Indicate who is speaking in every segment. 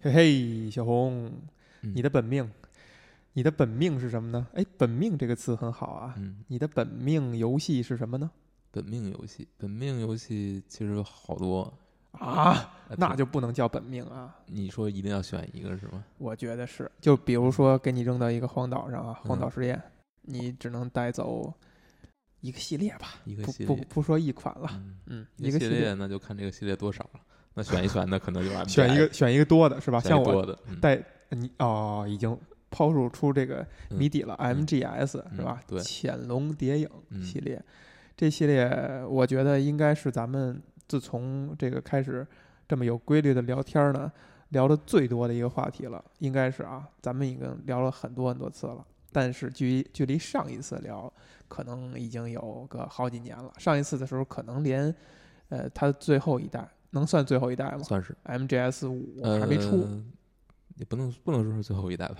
Speaker 1: 嘿嘿，小红，
Speaker 2: 嗯
Speaker 1: 你的本命，你的本命是什么呢？哎，本命这个词很好啊。
Speaker 2: 嗯，
Speaker 1: 你的本命游戏是什么呢？
Speaker 2: 本命游戏，本命游戏其实有好多，
Speaker 1: 啊，
Speaker 2: 哎
Speaker 1: 那
Speaker 2: 不
Speaker 1: 就不能叫本命啊。
Speaker 2: 你说一定要选一个是吗？
Speaker 1: 我觉得是，就比如说给你扔到一个荒岛上啊，荒岛
Speaker 2: 嗯
Speaker 1: 实验，你只能带走一个系列吧，
Speaker 2: 一个
Speaker 1: 不
Speaker 2: 系列
Speaker 1: 不不说一款了，
Speaker 2: 嗯
Speaker 1: 嗯，
Speaker 2: 一
Speaker 1: 一个
Speaker 2: 系
Speaker 1: 系列，
Speaker 2: 列那就看这个系列多少了。那选一选，那可能就 MBI
Speaker 1: 选一个选一个多的是吧？
Speaker 2: 选一
Speaker 1: 像我
Speaker 2: 多的，嗯
Speaker 1: 带你哦，已经抛出出这个
Speaker 2: 嗯
Speaker 1: 谜底了，MGS
Speaker 2: 嗯
Speaker 1: 是吧？
Speaker 2: 对
Speaker 1: 潜龙谍影
Speaker 2: 嗯
Speaker 1: 系列，这系列我觉得应该是咱们自从这个开始这么有规律的聊天儿呢，聊的最多的一个话题了，应该是啊，咱们已经聊了很多很多次了。但是距距离上一次聊，可能已经有个好几年了。上一次的时候，可能连，呃，它最后一代能算最后一代吗
Speaker 2: 算是
Speaker 1: ？MGS 五还没出，
Speaker 2: 呃也不能不能说是最后一代吧。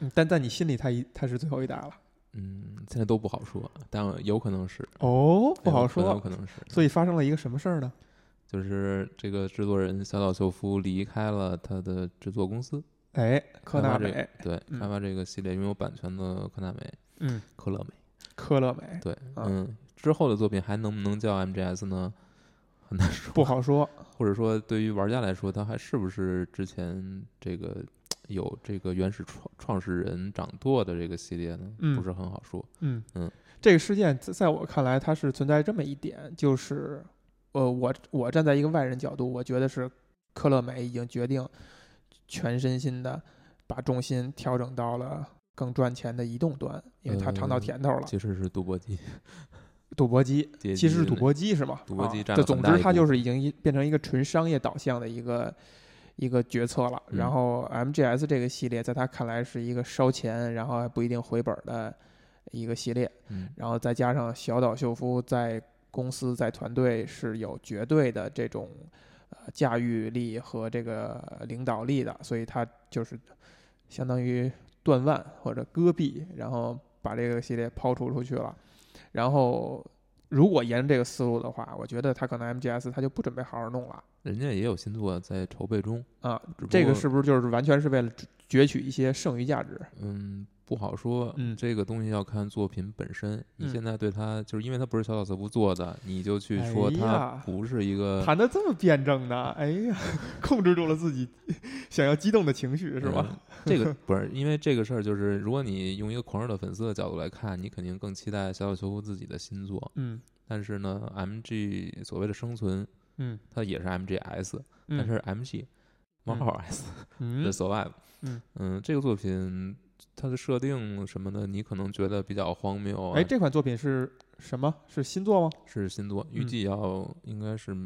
Speaker 1: 嗯但在你心里它一它是最后一代了。
Speaker 2: 嗯，现在都不好说，但有可能是
Speaker 1: 哦，不好
Speaker 2: 有
Speaker 1: 说。
Speaker 2: 可能是。
Speaker 1: 所以发生了一个什么事儿呢？
Speaker 2: 就是这个制作人小岛秀夫离开了他的制作公司，
Speaker 1: 哎，科纳
Speaker 2: 开发这
Speaker 1: 美，
Speaker 2: 对，
Speaker 1: 嗯
Speaker 2: 开发这个系列拥有版权的科纳美、
Speaker 1: 嗯，
Speaker 2: 科乐美，
Speaker 1: 科乐美，
Speaker 2: 对，
Speaker 1: 啊
Speaker 2: 嗯，之后的作品还能不能叫 MGS 呢？很难说，
Speaker 1: 不，好说。
Speaker 2: 或者说对于玩家来说，它还是不是之前这个有这个原始创创始人掌舵的这个系列呢？
Speaker 1: 嗯
Speaker 2: 不是很好说。
Speaker 1: 嗯
Speaker 2: 嗯，
Speaker 1: 这个事件在在我看来，它是存在这么一点，就是，呃，我我站在一个外人角度，我觉得是科乐美已经决定全身心的把重心调整到了更赚钱的移动端，因为它尝到
Speaker 2: 呃
Speaker 1: 甜头了。
Speaker 2: 其实是赌博机，
Speaker 1: 赌博机，
Speaker 2: 街
Speaker 1: 其实是
Speaker 2: 机
Speaker 1: 赌博机是吗？
Speaker 2: 赌博机
Speaker 1: 啊
Speaker 2: 占
Speaker 1: 这
Speaker 2: 了
Speaker 1: 总
Speaker 2: 很大
Speaker 1: 之
Speaker 2: 一
Speaker 1: 它
Speaker 2: 部
Speaker 1: 就是已经一变成一个纯商业导向的一个一个决策了。然
Speaker 2: 嗯
Speaker 1: 后 MGS 这个系列，在他看来是一个烧钱，然后还不一定回本儿的一个系列。
Speaker 2: 嗯
Speaker 1: 然后再加上小岛秀夫在公司在团队是有绝对的这种呃驾驭力和这个领导力的，所以他就是相当于断腕或者戈壁，然后把这个系列抛出出去了。然后如果沿着这个思路的话，我觉得他可能 MGS 他就不准备好好弄了
Speaker 2: 人家也有新作在筹备中，
Speaker 1: 啊。
Speaker 2: 只不
Speaker 1: 这个
Speaker 2: 过
Speaker 1: 是不是就是完全是为了攫取一些剩余价值？
Speaker 2: 嗯，不好说。
Speaker 1: 嗯
Speaker 2: 这个东西要看作品本身。
Speaker 1: 嗯
Speaker 2: 你现在对它，就是因为它不是小岛瑟夫做的，你就去说
Speaker 1: 哎
Speaker 2: 它
Speaker 1: 呀
Speaker 2: 不是一个，
Speaker 1: 谈的这么辩证呢？哎呀， 控制住了自己 想要激动的情绪是吧？
Speaker 2: 嗯 这个不是因为这个事儿，就是如果你用一个狂热的粉丝的角度来看，你肯定更期待小岛秀夫自己的新作。
Speaker 1: 嗯
Speaker 2: 但是呢，MG 所谓的生存，
Speaker 1: 嗯，
Speaker 2: 它也是 MGS，
Speaker 1: 嗯
Speaker 2: 但是 MG 冒号 S 的
Speaker 1: 嗯
Speaker 2: survive。
Speaker 1: 嗯
Speaker 2: 这个作品它的设定什么的，你可能觉得比较荒谬、啊。
Speaker 1: 哎，这款作品是什么？是新作吗？
Speaker 2: 是新作，预
Speaker 1: 嗯
Speaker 2: 计要应该是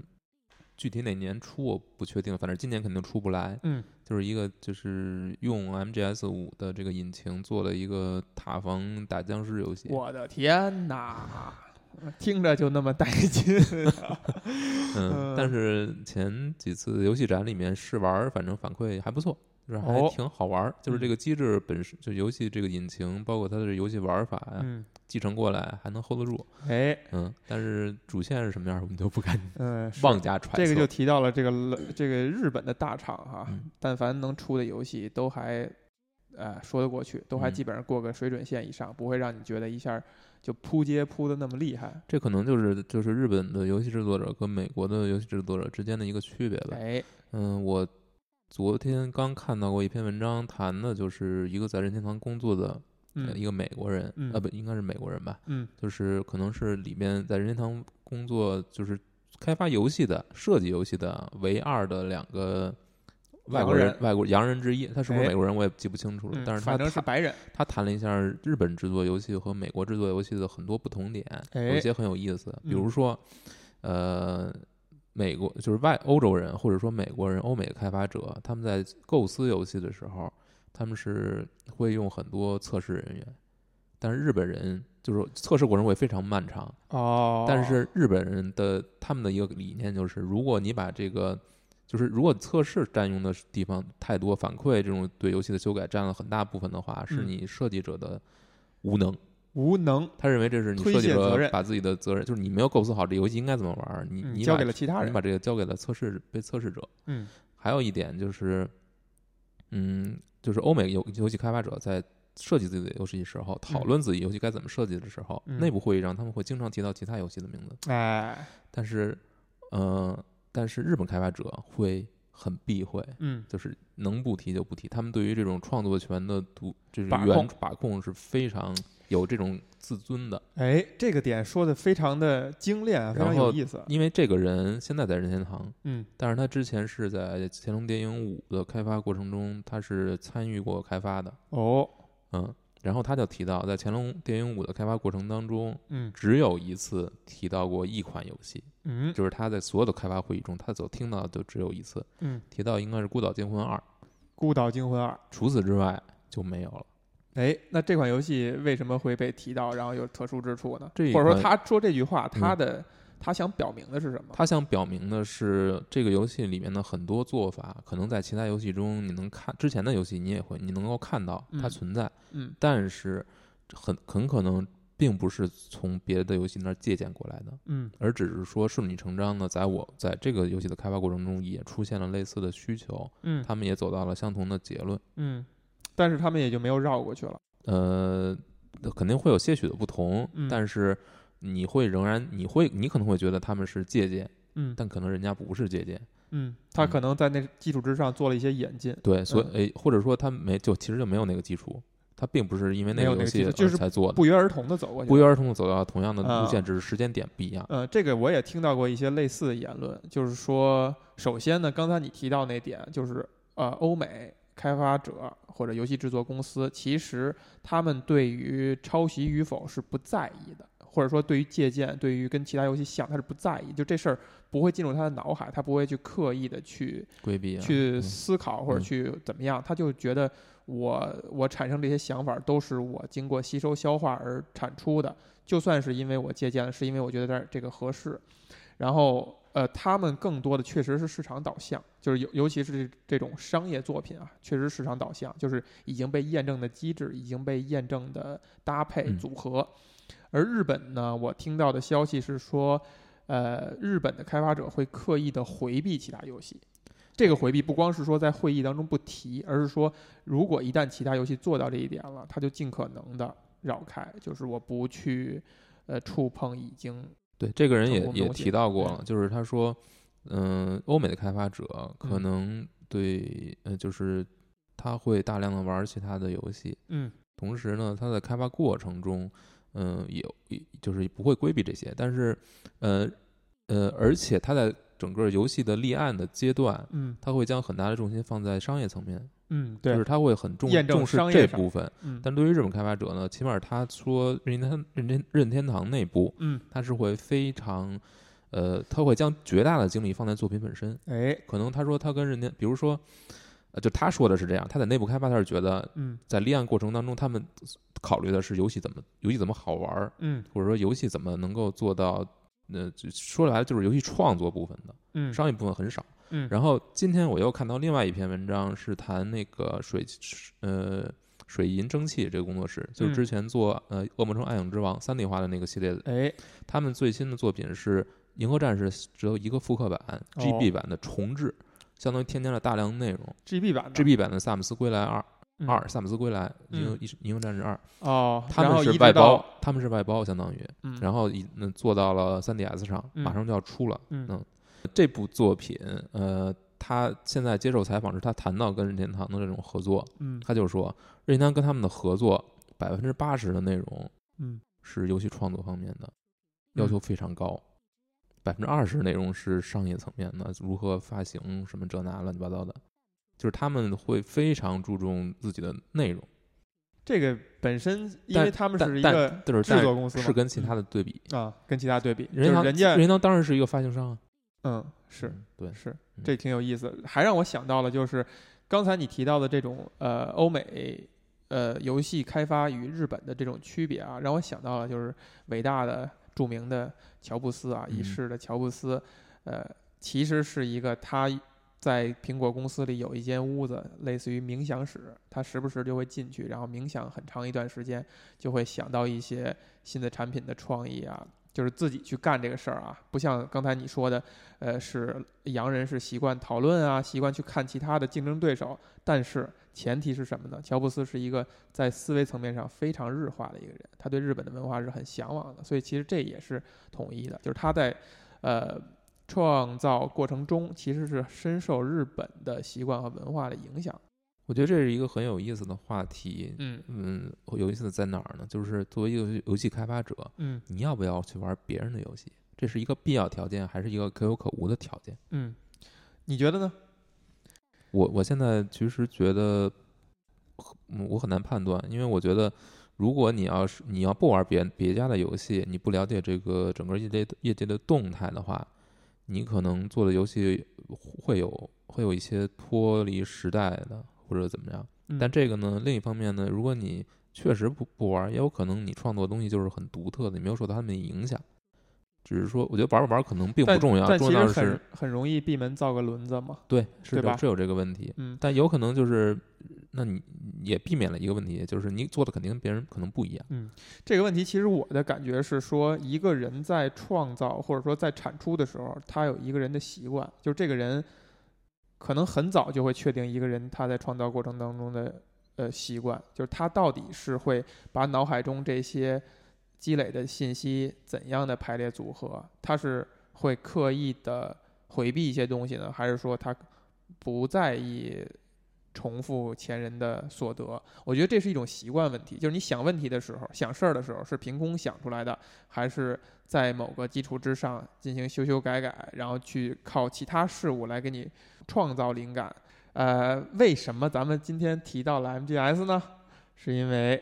Speaker 2: 具体哪年出我不确定，反正今年肯定出不来。
Speaker 1: 嗯，
Speaker 2: 就是一个就是用 MGS 五的这个引擎做了一个塔防打僵尸游戏。
Speaker 1: 我的天哪！听着就那么带劲、啊
Speaker 2: 嗯，但
Speaker 1: 嗯
Speaker 2: 是前几次游戏展里面试玩儿，反正反馈还不错，就是还
Speaker 1: 哦
Speaker 2: 挺好玩儿。就是这
Speaker 1: 嗯
Speaker 2: 个机制本身，就游戏这个引擎，包括它的游戏玩法呀、
Speaker 1: 嗯，
Speaker 2: 继承过来还能 hold 得住。
Speaker 1: 哎，
Speaker 2: 嗯，但是主线是什么样儿，我们就不敢
Speaker 1: 嗯、是
Speaker 2: 妄加揣测。
Speaker 1: 这个就提到了这个这个日本的大厂哈，
Speaker 2: 嗯
Speaker 1: 但凡能出的游戏都还，呃，说得过去，都还
Speaker 2: 嗯
Speaker 1: 基本上过个水准线以上，不会让你觉得一下就扑街扑的那么厉害。
Speaker 2: 这可能就是就是日本的游戏制作者跟美国的游戏制作者之间的一个区别吧。
Speaker 1: 哎，
Speaker 2: 嗯，我昨天刚看到过一篇文章，谈的就是一个在任天堂工作的、呃一
Speaker 1: 嗯
Speaker 2: 个美国人，
Speaker 1: 嗯
Speaker 2: 呃不应该是美国人吧，
Speaker 1: 嗯
Speaker 2: 就是可能是里面在任天堂工作就是开发游戏的、设计游戏的唯二的两个。外国
Speaker 1: 洋
Speaker 2: 人
Speaker 1: 人，
Speaker 2: 外国洋人之一，他是不是
Speaker 1: 哎
Speaker 2: 美国人我也记不清楚了。
Speaker 1: 嗯，
Speaker 2: 但是他
Speaker 1: 反正是
Speaker 2: 谈
Speaker 1: 白人，
Speaker 2: 他谈了一下日本制作游戏和美国制作游戏的很多不同点，
Speaker 1: 哎
Speaker 2: 有一些很有意思，
Speaker 1: 嗯
Speaker 2: 比如说，呃，美国就是外欧洲人或者说美国人、欧美开发者，他们在构思游戏的时候，他们是会用很多测试人员，但是日本人就是测试过程会非常漫长，
Speaker 1: 哦，
Speaker 2: 但是日本人的他们的一个理念就是，如果你把这个就是如果测试占用的地方太多，反馈这种对游戏的修改占了很大部分的话，是
Speaker 1: 嗯
Speaker 2: 你设计者的无能。
Speaker 1: 无能，
Speaker 2: 他认为这是你
Speaker 1: 推
Speaker 2: 设计
Speaker 1: 卸责
Speaker 2: 者
Speaker 1: 任
Speaker 2: 把自己的责任，就是你没有构思好这游戏应该怎么玩儿，你
Speaker 1: 嗯
Speaker 2: 你
Speaker 1: 交
Speaker 2: 把
Speaker 1: 给了其他
Speaker 2: 你
Speaker 1: 人，
Speaker 2: 把这个交给了测试被测试者。
Speaker 1: 嗯
Speaker 2: 还有一点就是，嗯，就是欧美游游戏开发者在设计自己的游戏的时候，讨论自己游戏该怎么设计的时候，
Speaker 1: 嗯
Speaker 2: 内部会议上他们会经常提到其他游戏的名字，
Speaker 1: 哎，
Speaker 2: 但是，呃，但是日本开发者会很避讳，
Speaker 1: 嗯，
Speaker 2: 就是能不提就不提。他们对于这种创作权的独，就是
Speaker 1: 把
Speaker 2: 原
Speaker 1: 控
Speaker 2: 把控是非常有这种自尊的。
Speaker 1: 哎，这个点说的非常的精炼啊，非常
Speaker 2: 然后
Speaker 1: 有意思。
Speaker 2: 因为这个人现在在任天堂，
Speaker 1: 嗯
Speaker 2: 但是他之前是在《乾隆电影五》的开发过程中，他是参与过开发的，
Speaker 1: 哦，
Speaker 2: 嗯。然后他就提到，在《乾隆电影五》的开发过程当中，
Speaker 1: 嗯
Speaker 2: 只有一次提到过一款游戏，
Speaker 1: 嗯
Speaker 2: 就是他在所有的开发会议中，他所听到的就只有一次
Speaker 1: 嗯，
Speaker 2: 提到，应该是《孤岛惊魂二》，
Speaker 1: 孤岛惊魂二。
Speaker 2: 除此之外就没有了。
Speaker 1: 哎，那这款游戏为什么会被提到，然后有特殊之处呢？
Speaker 2: 这一
Speaker 1: 或者说
Speaker 2: 款
Speaker 1: 他说这嗯句话，他的、他想表明的是什么？
Speaker 2: 他想表明的是，这个游戏里面的很多做法，可能在其他游戏中你能看，之前的游戏你也会，你能够看到它
Speaker 1: 嗯
Speaker 2: 存在，
Speaker 1: 嗯
Speaker 2: 但是很很可能并不是从别的游戏那儿借鉴过来的，
Speaker 1: 嗯
Speaker 2: 而只是说顺理成章的，在我在这个游戏的开发过程中也出现了类似的需求，
Speaker 1: 嗯
Speaker 2: 他们也走到了相同的结论。
Speaker 1: 嗯，但是他们也就没有绕过去了。
Speaker 2: 呃，肯定会有些许的不同，
Speaker 1: 嗯
Speaker 2: 但是你会仍然，你会，你可能会觉得他们是借鉴，
Speaker 1: 嗯
Speaker 2: 但可能人家不是借鉴，
Speaker 1: 嗯，他可能在那基础之上做了一些演进。
Speaker 2: 对，所以、
Speaker 1: 嗯
Speaker 2: 诶或者说他没就其实就没有那个基础，他并不是因为
Speaker 1: 没
Speaker 2: 那
Speaker 1: 有
Speaker 2: 个
Speaker 1: 那个基
Speaker 2: 游戏
Speaker 1: 础就是
Speaker 2: 而才做的，
Speaker 1: 不约而同的走过去，
Speaker 2: 不约而同的走到同样的
Speaker 1: 啊
Speaker 2: 路线，只是时间点不一样。
Speaker 1: 呃，这个我也听到过一些类似的言论，就是说，首先呢，刚才你提到那点，就是呃，欧美开发者或者游戏制作公司，其实他们对于抄袭与否是不在意的，或者说对于借鉴、对于跟其他游戏像，他是不在意，就这事儿不会进入他的脑海，他不会去刻意的去
Speaker 2: 规避啊，
Speaker 1: 去
Speaker 2: 嗯
Speaker 1: 思考或者
Speaker 2: 嗯
Speaker 1: 去怎么样，他就觉得我我产生这些想法都是我经过吸收消化而产出的，就算是因为我借鉴了，是因为我觉得这儿这个合适。然后呃，他们更多的确实是市场导向，就是尤尤其是这这种商业作品啊，确实市场导向，就是已经被验证的机制，已经被验证的搭配
Speaker 2: 嗯
Speaker 1: 组合。而日本呢，我听到的消息是说，呃，日本的开发者会刻意的回避其他游戏。这个回避不光是说在会议当中不提，而是说如果一旦其他游戏做到这一点了，他就尽可能的绕开，就是我不去呃触碰已经
Speaker 2: 对这个人也
Speaker 1: 成功的
Speaker 2: 也
Speaker 1: 东西
Speaker 2: 提到过了，就是他说，嗯、欧美的开发者可
Speaker 1: 嗯
Speaker 2: 能对，呃，就是他会大量的玩其他的游戏，
Speaker 1: 嗯
Speaker 2: 同时呢，它在开发过程中，嗯、也也就是不会规避这些，但是，呃，呃，而且它在整个游戏的立案的阶段，
Speaker 1: 嗯
Speaker 2: 它会将很大的重心放在商业层面，
Speaker 1: 嗯，
Speaker 2: 就
Speaker 1: 对
Speaker 2: 是，它会很重
Speaker 1: 验证
Speaker 2: 重视
Speaker 1: 商业
Speaker 2: 这
Speaker 1: 上
Speaker 2: 部分。
Speaker 1: 嗯
Speaker 2: 但对于日本开发者呢，起码他说任天堂任天任天堂内部，
Speaker 1: 嗯，
Speaker 2: 他是会非常，呃，他会将绝大的精力放在作品本身。
Speaker 1: 哎
Speaker 2: 可能他说他跟任天，比如说，呃，就他说的是这样，他在内部开发他是觉得
Speaker 1: 嗯
Speaker 2: 在立案过程当中，他们考虑的是游戏怎么游戏怎么好玩儿，
Speaker 1: 嗯
Speaker 2: 或者说游戏怎么能够做到，呃，就说来就是游戏创作部分的，
Speaker 1: 嗯
Speaker 2: 商业部分很少。
Speaker 1: 嗯
Speaker 2: 然后今天我又看到另外一篇文章是谈那个水，呃，水银蒸汽这个工作室，
Speaker 1: 嗯
Speaker 2: 就是之前做呃《恶魔城暗影之王》三 D 化的那个系列，
Speaker 1: 哎
Speaker 2: 他们最新的作品是《银河战士》只有一个复刻版
Speaker 1: 哦
Speaker 2: GB 版的重置，相当于添加了大量内容。
Speaker 1: GB 版的
Speaker 2: GB 版的《萨姆斯归来二》。
Speaker 1: 嗯
Speaker 2: 二《萨姆斯归来》
Speaker 1: 嗯
Speaker 2: 银河一银河战士二，
Speaker 1: 哦，
Speaker 2: 他
Speaker 1: 然
Speaker 2: 们
Speaker 1: 后移
Speaker 2: 是
Speaker 1: 植
Speaker 2: 外包
Speaker 1: 到，，
Speaker 2: 他们是外包，相当于，
Speaker 1: 嗯
Speaker 2: 然后一嗯做到了 3DS 上，
Speaker 1: 嗯
Speaker 2: 马上就要出了。
Speaker 1: 嗯
Speaker 2: 嗯这部作品，呃，他现在接受采访时，他谈到跟任天堂的这种合作，
Speaker 1: 嗯
Speaker 2: 他就说，任天堂跟他们的合作，百分之八十的内容
Speaker 1: 嗯，
Speaker 2: 是游戏创作方面的，要求非常高。百分之二十内容是商业层面的，如何发行什么这那乱七八糟的，就是他们会非常注重自己的内容。
Speaker 1: 这个本身因
Speaker 2: 但
Speaker 1: 为他们
Speaker 2: 但
Speaker 1: 是一
Speaker 2: 但
Speaker 1: 个
Speaker 2: 就是
Speaker 1: 制作公司嘛，
Speaker 2: 是跟其他的对比，
Speaker 1: 嗯啊跟其他对比，
Speaker 2: 任
Speaker 1: 就是
Speaker 2: 天堂
Speaker 1: 人家
Speaker 2: 任天堂当然是一个发行商啊，
Speaker 1: 嗯是
Speaker 2: 嗯对，
Speaker 1: 是，
Speaker 2: 嗯
Speaker 1: 这挺有意思，还让我想到了就是刚才你提到的这种呃欧美呃游戏开发与日本的这种区别啊，让我想到了就是伟大的著名的乔布斯啊，已
Speaker 2: 嗯
Speaker 1: 逝的乔布斯，呃，其实是一个他。在苹果公司里有一间屋子，类似于冥想室，他时不时就会进去，然后冥想很长一段时间，就会想到一些新的产品的创意啊，就是自己去干这个事儿啊，不像刚才你说的，呃，是洋人是习惯讨论啊，习惯去看其他的竞争对手。但是前提是什么呢？乔布斯是一个在思维层面上非常日化的一个人，他对日本的文化是很向往的，所以其实这也是统一的，就是他在，呃，创造过程中其实是深受日本的习惯和文化的影响。
Speaker 2: 我觉得这是一个很有意思的话题。
Speaker 1: 嗯
Speaker 2: 嗯，有意思的在哪儿呢？就是作为一个游戏开发者，
Speaker 1: 嗯
Speaker 2: 你要不要去玩别人的游戏？这是一个必要条件，还是一个可有可无的条件？
Speaker 1: 嗯，你觉得呢？
Speaker 2: 我我现在其实觉得，嗯，我很难判断，因为我觉得，如果你要是你要不玩别别家的游戏，你不了解这个整个业界业界的动态的话，你可能做的游戏会有会有一些脱离时代的，或者怎么样。
Speaker 1: 嗯
Speaker 2: 但这个呢，另一方面呢，如果你确实不不玩，也有可能你创作的东西就是很独特的，你没有受到他们的影响。只是说，我觉得玩不玩可能并不
Speaker 1: 但
Speaker 2: 重要，
Speaker 1: 但
Speaker 2: 重
Speaker 1: 其
Speaker 2: 要
Speaker 1: 实
Speaker 2: 的是
Speaker 1: 很很容易闭门造个轮子嘛。
Speaker 2: 对，是
Speaker 1: 对
Speaker 2: 有
Speaker 1: 吧
Speaker 2: 是有这个问题。
Speaker 1: 嗯
Speaker 2: 但有可能就是，那你也避免了一个问题，就是你做的肯定跟别人可能不一样。
Speaker 1: 嗯，这个问题其实我的感觉是说，一个人在创造或者说在产出的时候，他有一个人的习惯，就是这个人可能很早就会确定一个人他在创造过程当中的呃习惯，就是他到底是会把脑海中这些积累的信息怎样的排列组合，他是会刻意的回避一些东西呢，还是说他不在意重复前人的所得？我觉得这是一种习惯问题，就是你想问题的时候、想事儿的时候是凭空想出来的，还是在某个基础之上进行修修改改，然后去靠其他事物来给你创造灵感？呃，为什么咱们今天提到了 MGS 呢？是因为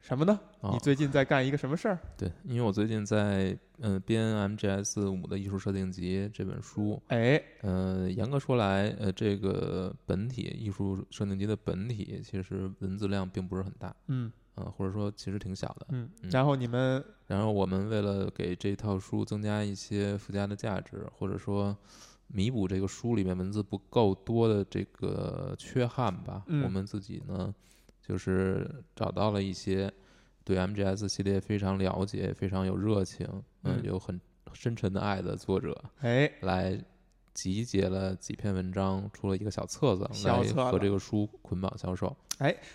Speaker 1: 什么呢？
Speaker 2: 啊、
Speaker 1: 你最近在干一个什么事儿？
Speaker 2: 对，因为我最近在嗯、呃编 MGS 五的艺术设定集这本书，
Speaker 1: 哎，
Speaker 2: 呃，严格说来，呃，这个本体艺术设定集的本体其实文字量并不是很大，
Speaker 1: 嗯
Speaker 2: 嗯、或者说其实挺小的。
Speaker 1: 嗯
Speaker 2: 嗯，
Speaker 1: 然后你们
Speaker 2: 然后我们为了给这套书增加一些附加的价值，或者说弥补这个书里面文字不够多的这个缺憾吧，
Speaker 1: 嗯
Speaker 2: 我们自己呢就是找到了一些对 MGS 系列非常了解、非常有热情，嗯，
Speaker 1: 嗯
Speaker 2: 有很深沉的爱的作者
Speaker 1: 哎，
Speaker 2: 来。集结了几篇文章，出了一个小册子，
Speaker 1: 小册
Speaker 2: 来和
Speaker 1: 子
Speaker 2: 这个书捆绑销售。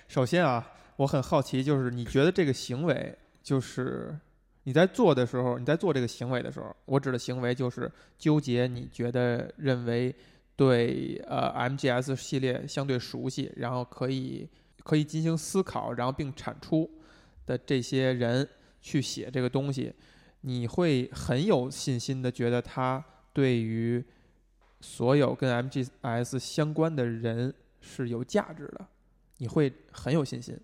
Speaker 1: 首先啊，我很好奇，就是你觉得这个行为，就是你在做的时候，你在做这个行为的时候，我指的行为就是纠结，你觉得认为对呃 MGS 系列相对熟悉，然后可以可以进行思考，然后并产出的这些人去写这个东西，你会很有信心的觉得他对于所有跟 MGS 相关的人是有价值的。你会很有信心。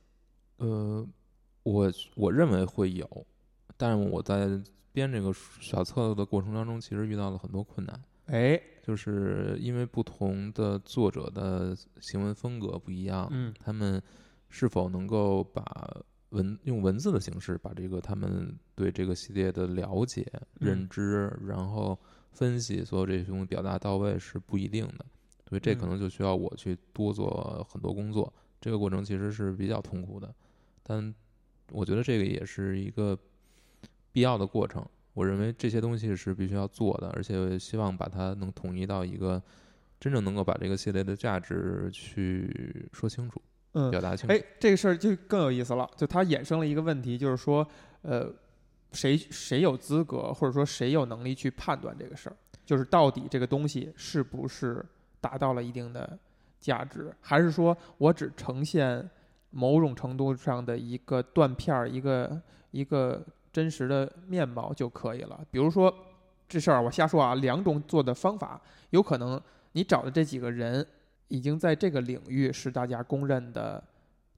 Speaker 2: 呃，我我认为会有，但是我在编这个书小册子的过程当中，其实遇到了很多困难，
Speaker 1: 哎，
Speaker 2: 就是因为不同的作者的行文风格不一样，
Speaker 1: 嗯
Speaker 2: 他们是否能够把文用文字的形式把这个他们对这个系列的了解、
Speaker 1: 嗯
Speaker 2: 认知，然后分析所有这些东西表达到位是不一定的，所以这可
Speaker 1: 嗯
Speaker 2: 能就需要我去多做很多工作。这个过程其实是比较痛苦的，但我觉得这个也是一个必要的过程。我认为这些东西是必须要做的，而且希望把它能统一到一个真正能够把这个系列的价值去说清楚、
Speaker 1: 嗯，
Speaker 2: 表达清楚。
Speaker 1: 哎，这个事儿就更有意思了，就它衍生了一个问题，就是说，呃，谁谁有资格，或者说谁有能力去判断这个事儿，就是到底这个东西是不是达到了一定的价值，还是说我只呈现某种程度上的一个断片儿，一个一个真实的面貌就可以了。比如说这事儿我瞎说啊，两种做的方法，有可能你找的这几个人已经在这个领域是大家公认的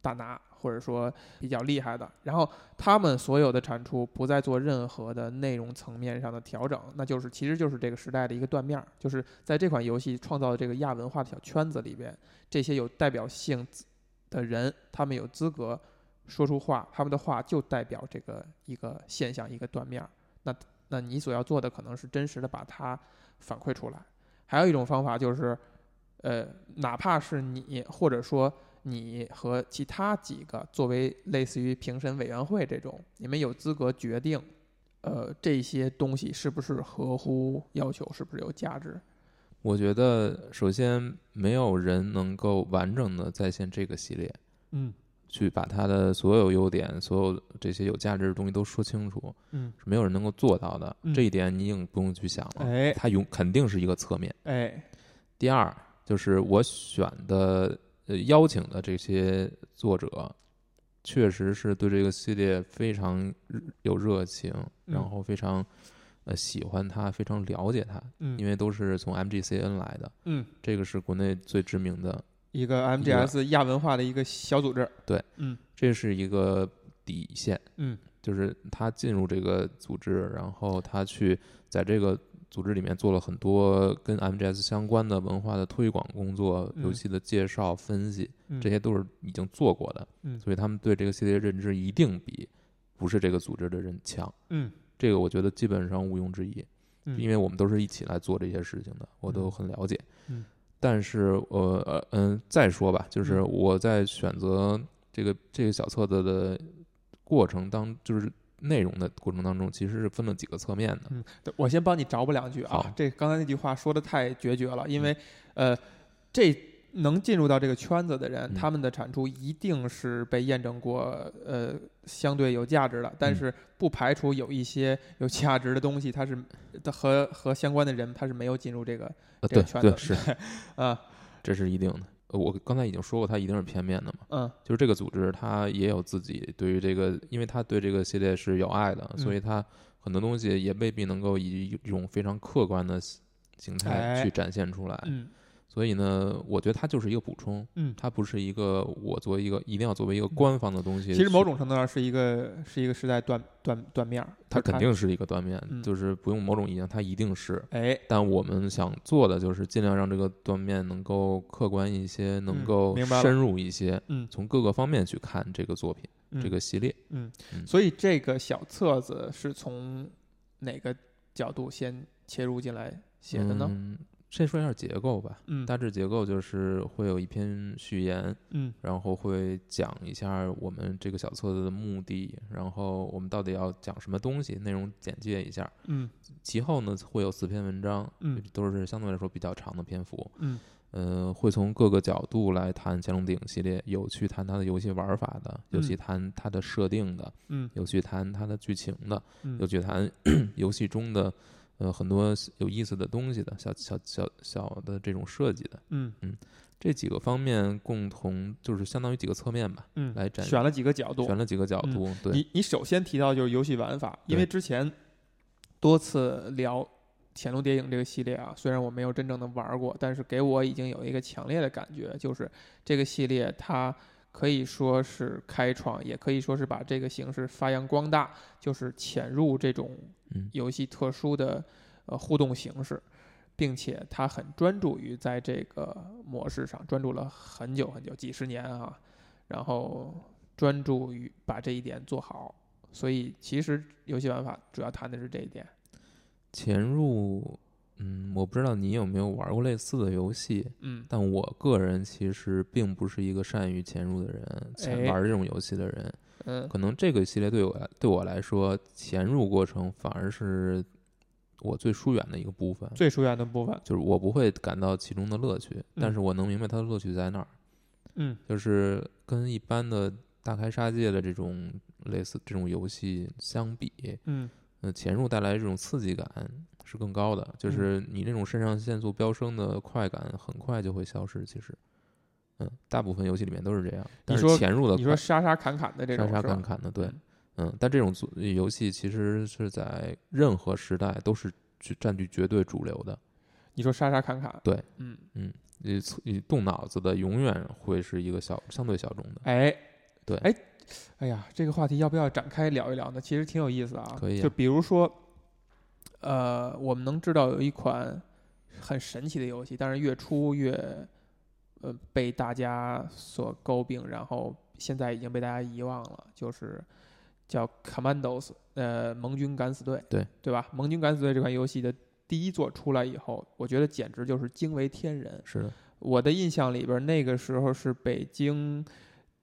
Speaker 1: 大拿，或者说比较厉害的，然后他们所有的产出不再做任何的内容层面上的调整，那就是其实就是这个时代的一个断面儿，就是在这款游戏创造的这个亚文化的小圈子里边，这些有代表性的人，他们有资格说出话，他们的话就代表这个一个现象一个断面儿。那那你所要做的可能是真实的把它反馈出来。还有一种方法就是，呃，哪怕是你或者说你和其他几个作为类似于评审委员会这种，你们有资格决定，呃，这些东西是不是合乎要求，是不是有价值？
Speaker 2: 我觉得首先没有人能够完整的再现这个系列，
Speaker 1: 嗯
Speaker 2: 去把它的所有优点、所有这些有价值的东西都说清楚，
Speaker 1: 嗯，
Speaker 2: 是没有人能够做到的。
Speaker 1: 嗯
Speaker 2: 这一点你已经不用去想了，
Speaker 1: 哎
Speaker 2: 它永肯定是一个侧面。
Speaker 1: 哎，
Speaker 2: 第二就是我选的呃邀请的这些作者，确实是对这个系列非常热有热情，
Speaker 1: 嗯
Speaker 2: 然后非常呃喜欢它，非常了解它，
Speaker 1: 嗯，
Speaker 2: 因为都是从 MGCN 来的，
Speaker 1: 嗯，
Speaker 2: 这个是国内最知名的，
Speaker 1: 一个 MGS 亚文化的一个小组织，
Speaker 2: 这是一个底线，
Speaker 1: 嗯，
Speaker 2: 就是他进入这个组织，然后他去在这个。组织里面做了很多跟 MGS 相关的文化的推广工作、
Speaker 1: 嗯
Speaker 2: 游戏的介绍、分析，
Speaker 1: 嗯
Speaker 2: 这些都是已经做过的，
Speaker 1: 嗯
Speaker 2: 所以他们对这个系列认知一定比不是这个组织的人强。
Speaker 1: 嗯
Speaker 2: 这个我觉得基本上毋庸置疑，
Speaker 1: 嗯，
Speaker 2: 因为我们都是一起来做这些事情的，我都
Speaker 1: 嗯
Speaker 2: 很了解。
Speaker 1: 嗯
Speaker 2: 但是呃呃嗯，再说吧，就是
Speaker 1: 嗯
Speaker 2: 我在选择这个这个小册子的过程当，就是内容的过程当中，其实是分了几个侧面的。
Speaker 1: 嗯，对我先帮你找补两句啊
Speaker 2: 好。
Speaker 1: 这刚才那句话说的太决绝了，因为，呃，这能进入到这个圈子的人，
Speaker 2: 嗯
Speaker 1: 他们的产出一定是被验证过，呃，相对有价值的。但
Speaker 2: 嗯
Speaker 1: 是不排除有一些 有价值的东西，它是它和和相关的人他是没有进入这个
Speaker 2: 呃，
Speaker 1: 这个
Speaker 2: 对
Speaker 1: 圈子
Speaker 2: 对，是
Speaker 1: 啊，
Speaker 2: 这是一定的。呃我刚才已经说过，它一定是片面的嘛。
Speaker 1: 嗯
Speaker 2: 就是这个组织，它也有自己对于这个，因为它对这个系列是有爱的，
Speaker 1: 嗯
Speaker 2: 所以它很多东西也未必能够以一种非常客观的形态
Speaker 1: 哎
Speaker 2: 去展现出来。
Speaker 1: 嗯
Speaker 2: 所以呢，我觉得它就是一个补充，
Speaker 1: 嗯。
Speaker 2: 它不是一个我作为一个一定要作为一个官方的东西去。
Speaker 1: 其实某种程度上是一个是一个时代断断断面儿，
Speaker 2: 它
Speaker 1: 就是
Speaker 2: 肯定是一个断面，
Speaker 1: 嗯
Speaker 2: 就是不用某种意义上，它一定是。
Speaker 1: 哎，
Speaker 2: 但我们想做的就是尽量让这个断面能够客观一些，能够
Speaker 1: 嗯明白了
Speaker 2: 深入一些，
Speaker 1: 嗯
Speaker 2: 从各个方面去看这个作品、
Speaker 1: 嗯
Speaker 2: 这个系列。
Speaker 1: 嗯，
Speaker 2: 嗯
Speaker 1: 所以这个小册子是从哪个角度先切入进来写的呢？
Speaker 2: 嗯先说一下结构吧，
Speaker 1: 嗯
Speaker 2: 大致结构就是会有一篇序言，
Speaker 1: 嗯
Speaker 2: 然后会讲一下我们这个小册子的目的，然后我们到底要讲什么东西，内容简介一下。
Speaker 1: 嗯
Speaker 2: 其后呢，会有四篇文章，
Speaker 1: 嗯
Speaker 2: 都是相对来说比较长的篇幅。
Speaker 1: 嗯
Speaker 2: 呃，会从各个角度来谈《乾隆鼎》系列，有去谈它的游戏玩法的，有去
Speaker 1: 嗯
Speaker 2: 谈它的设定的，
Speaker 1: 嗯
Speaker 2: 有去谈它的剧情的，有
Speaker 1: 嗯
Speaker 2: 去谈 游戏中的呃很多有意思的东西的小小小小的这种设计的
Speaker 1: 嗯
Speaker 2: 这几个方面共同就是相当于几个侧面吧，
Speaker 1: 嗯，
Speaker 2: 来展
Speaker 1: 选了几个角度
Speaker 2: 选。了几个角度，对，
Speaker 1: 嗯你你首先提到就是游戏玩法，因为
Speaker 2: 对
Speaker 1: 之前多次聊《潜龙谍影》这个系列啊，虽然我没有真正的玩过，但是给我已经有一个强烈的感觉，就是这个系列它可以说是开创，也可以说是把这个形式发扬光大，就是潜入这种
Speaker 2: 嗯
Speaker 1: 游戏特殊的呃互动形式。并且它很专注于在这个模式上，专注了很久很久，几十年啊，然后专注于把这一点做好。所以其实游戏玩法主要谈的是这一点。
Speaker 2: 潜入。嗯，我不知道你有没有玩过类似的游戏，
Speaker 1: 嗯
Speaker 2: 但我个人其实并不是一个善于潜入的人，潜
Speaker 1: 哎
Speaker 2: 玩这种游戏的人。
Speaker 1: 嗯
Speaker 2: 可能这个系列对我来对我来说，潜入过程反而是我最疏远的一个部分。
Speaker 1: 最疏远的部分。
Speaker 2: 就是我不会感到其中的乐趣，但
Speaker 1: 嗯
Speaker 2: 是我能明白它的乐趣在哪儿。
Speaker 1: 嗯
Speaker 2: 就是跟一般的大开杀戒的这种类似这种游戏相比，
Speaker 1: 嗯
Speaker 2: 呃，潜入带来这种刺激感是更高的，
Speaker 1: 嗯
Speaker 2: 就是你那种肾上腺素飙升的快感很快就会消失。其实，嗯，大部分游戏里面都是这样。但是
Speaker 1: 说
Speaker 2: 潜入的
Speaker 1: 你说
Speaker 2: 快
Speaker 1: 杀杀砍砍的这种
Speaker 2: 杀
Speaker 1: 是
Speaker 2: 杀
Speaker 1: 吧？
Speaker 2: 砍砍的，对
Speaker 1: 嗯，
Speaker 2: 嗯，但这种组游戏其实是在任何时代都是去占据绝对主流的。
Speaker 1: 你说杀杀砍砍。
Speaker 2: 对，
Speaker 1: 嗯，
Speaker 2: 你你动脑子的永远会是一个小相对小众的，
Speaker 1: 哎，
Speaker 2: 对
Speaker 1: 哎，哎呀，这个话题要不要展开聊一聊呢？其实挺有意思啊。
Speaker 2: 可以啊
Speaker 1: 就比如说，呃，我们能知道有一款很神奇的游戏，但是越出越呃被大家所诟病，然后现在已经被大家遗忘了，就是叫 Commandos，呃，盟军敢死队，
Speaker 2: 对
Speaker 1: 对吧？盟军敢死队这款游戏的第一作出来以后，我觉得简直就是惊为天人。
Speaker 2: 是的，
Speaker 1: 我的印象里边，那个时候是北京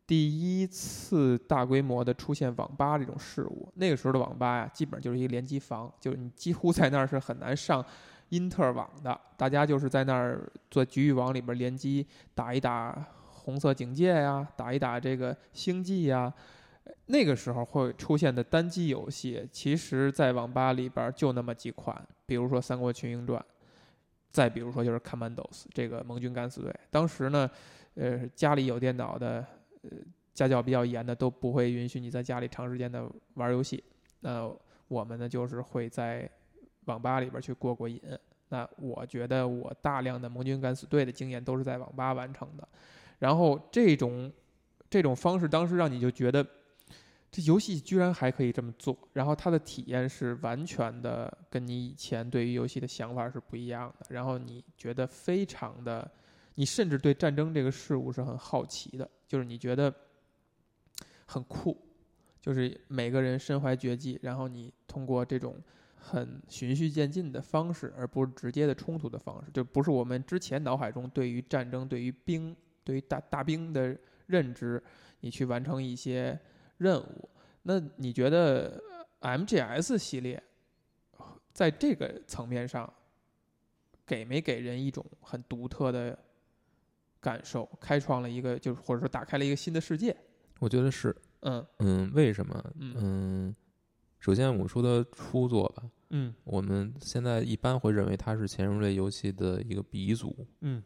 Speaker 1: 第一次大规模的出现网吧这种事物。那个时候的网吧呀，基本就是一个联机房，就是你几乎在那儿是很难上因特网的，大家就是在那儿做局域网里边联机打一打红色警戒呀、打一打这个星际呀、呃那个时候会出现的单机游戏，其实，在网吧里边就那么几款，比如说《三国群英传》，再比如说就是《Commandos》这个盟军敢死队。当时呢，呃，家里有电脑的，呃，家教比较严的都不会允许你在家里长时间的玩游戏。那我们呢，就是会在网吧里边去过过瘾。那我觉得我大量的盟军敢死队的经验都是在网吧完成的。然后这种这种方式，当时让你就觉得这游戏居然还可以这么做，然后它的体验是完全的跟你以前对于游戏的想法是不一样的，然后你觉得非常的，你甚至对战争这个事物是很好奇的，就是你觉得很酷，就是每个人身怀绝技，然后你通过这种。很循序渐进的方式，而不是直接的冲突的方式，就不是我们之前脑海中对于战争、对于兵、对于大大兵的认知，你去完成一些任务。那你觉得呃 MGS 系列在这个层面上，给没给人一种很独特的感受，开创了一个就是或者说打开了一个新的世界？
Speaker 2: 我觉得是，
Speaker 1: 嗯
Speaker 2: 嗯，为什么？
Speaker 1: 嗯
Speaker 2: 嗯，首先我说的初作吧，
Speaker 1: 嗯
Speaker 2: 我们现在一般会认为它是潜入类游戏的一个鼻祖，
Speaker 1: 嗯，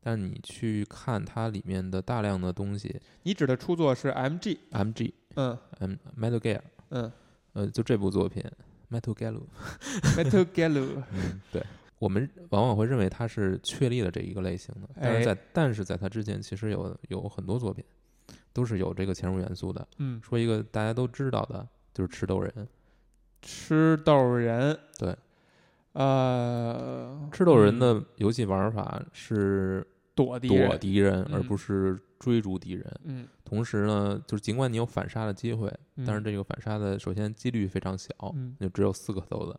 Speaker 2: 但你去看它里面的大量的东西
Speaker 1: 你指的出作是 MG，
Speaker 2: ，MG、
Speaker 1: 嗯
Speaker 2: M Metal Gear，
Speaker 1: 嗯
Speaker 2: 呃，就这部作品 Metal Gear，
Speaker 1: ，Metal Gear，
Speaker 2: 我们往往会认为它是确立了这一个类型的，
Speaker 1: 哎
Speaker 2: 但是在、但是在它之前，其实有有很多作品都是有这个潜入元素的。
Speaker 1: 嗯，
Speaker 2: 说一个大家都知道的，就是吃豆人。
Speaker 1: 吃豆人，
Speaker 2: 对，
Speaker 1: 呃，
Speaker 2: 吃豆人
Speaker 1: 嗯
Speaker 2: 的游戏玩法是
Speaker 1: 躲敌人
Speaker 2: 躲敌人，
Speaker 1: 嗯
Speaker 2: 而不是追逐敌人。
Speaker 1: 嗯，
Speaker 2: 同时呢，就是尽管你有反杀的机会，
Speaker 1: 嗯
Speaker 2: 但是这个反杀的首先几率非常小，
Speaker 1: 嗯，
Speaker 2: 就只有四个豆子。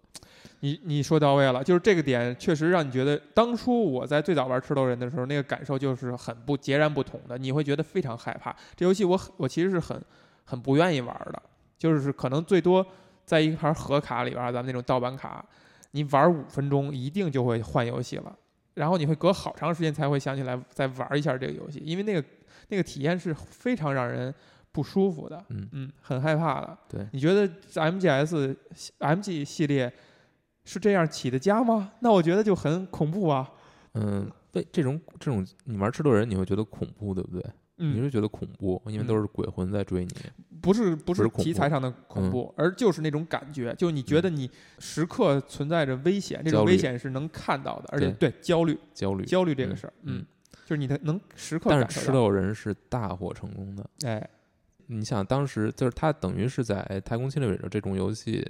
Speaker 1: 你你说到位了，就是这个点确实让你觉得，当初我在最早玩吃豆人的时候，那个感受就是很不截然不同的，你会觉得非常害怕。这游戏我很我其实是很很不愿意玩的，就是可能最多在一盘盒卡里边，咱们那种盗版卡，你玩五分钟一定就会换游戏了，然后你会隔好长时间才会想起来再玩一下这个游戏，因为那个那个体验是非常让人不舒服的，
Speaker 2: 嗯
Speaker 1: 嗯，很害怕的。
Speaker 2: 对
Speaker 1: 你觉得 MGS MG 系列是这样起的家吗？那我觉得就很恐怖啊。
Speaker 2: 嗯，对这种这种你玩吃豆人，你会觉得恐怖，对不对？你
Speaker 1: 嗯，
Speaker 2: 是觉得恐怖，因为
Speaker 1: 嗯
Speaker 2: 都是鬼魂在追你。
Speaker 1: 不是不
Speaker 2: 不
Speaker 1: 是
Speaker 2: 是恐怖嗯
Speaker 1: 题材上的恐怖，而就是那种感觉，就你觉得你时刻存在着危险，这种
Speaker 2: 焦虑
Speaker 1: 危险是能看到的，而且对焦虑
Speaker 2: 焦虑。
Speaker 1: 焦虑这个事儿，
Speaker 2: 嗯
Speaker 1: 嗯，就是你的能时刻
Speaker 2: 但是
Speaker 1: 感
Speaker 2: 吃
Speaker 1: 受到，
Speaker 2: 豆人是大获成功的。
Speaker 1: 哎，
Speaker 2: 你想，当时就是他等于是在《太空侵略者》这种游戏，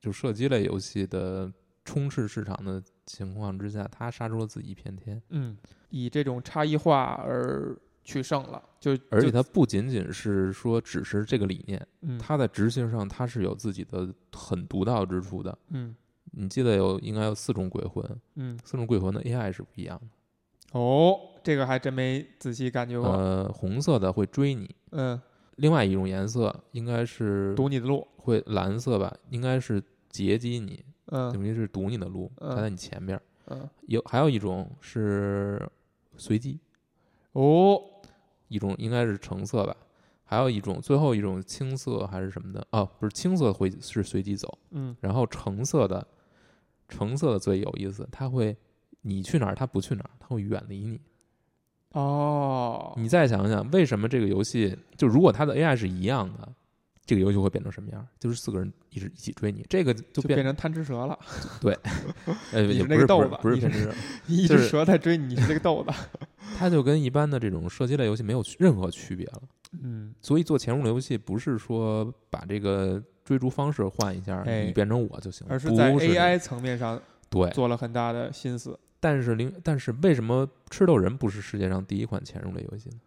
Speaker 2: 就射击类游戏的充斥市场的情况之下，他杀出了自己一片天。
Speaker 1: 嗯，以这种差异化而取胜了，就
Speaker 2: 而且
Speaker 1: 就
Speaker 2: 他不仅仅是说只是这个理念，
Speaker 1: 嗯
Speaker 2: 他在执行上他是有自己的很独到之处的。
Speaker 1: 嗯
Speaker 2: 你记得有应该有四种鬼魂，
Speaker 1: 嗯
Speaker 2: 四种鬼魂的 AI 是不一样的。
Speaker 1: 哦，这个还真没仔细感觉过，
Speaker 2: 呃，红色的会追你，
Speaker 1: 嗯，
Speaker 2: 另外一种颜色应该是
Speaker 1: 堵你的路，
Speaker 2: 会蓝色吧，应该是截击你，
Speaker 1: 嗯
Speaker 2: 等于是堵你的路，
Speaker 1: 嗯
Speaker 2: 它在你前面儿。
Speaker 1: 嗯，
Speaker 2: 有还有一种是随机，
Speaker 1: 哦，
Speaker 2: 一种应该是橙色吧，还有一种最后一种青色还是什么的哦，不是青色会是随机走，
Speaker 1: 嗯
Speaker 2: 然后橙色的橙色的最有意思，它会你去哪儿它不去哪儿，它会远离你。
Speaker 1: 哦，
Speaker 2: 你再想想，为什么这个游戏就如果它的 AI 是一样的，这个游戏会变成什么样儿？就是四个人一直一起追你，这个就
Speaker 1: 就
Speaker 2: 变
Speaker 1: 变成贪吃蛇了，
Speaker 2: 呃
Speaker 1: 你
Speaker 2: 也
Speaker 1: 是
Speaker 2: 不
Speaker 1: 那个
Speaker 2: 不
Speaker 1: 豆
Speaker 2: 是
Speaker 1: 子
Speaker 2: 不是
Speaker 1: 你
Speaker 2: 偏
Speaker 1: 是
Speaker 2: 执，
Speaker 1: 一
Speaker 2: 就
Speaker 1: 只
Speaker 2: 是
Speaker 1: 蛇在追你，你是这个豆 子，
Speaker 2: 它就跟一般的这种射击类游戏没有区任何区别了。
Speaker 1: 嗯
Speaker 2: 所以做潜入类游戏不是说把这个追逐方式换一下，
Speaker 1: 哎
Speaker 2: 你变成我就行了，
Speaker 1: 而是
Speaker 2: 不
Speaker 1: 在
Speaker 2: 这样
Speaker 1: AI 层面上
Speaker 2: 对。
Speaker 1: 做了很大的心思。
Speaker 2: 但是零，但是为什么吃豆人不是世界上第一款潜入类游戏呢？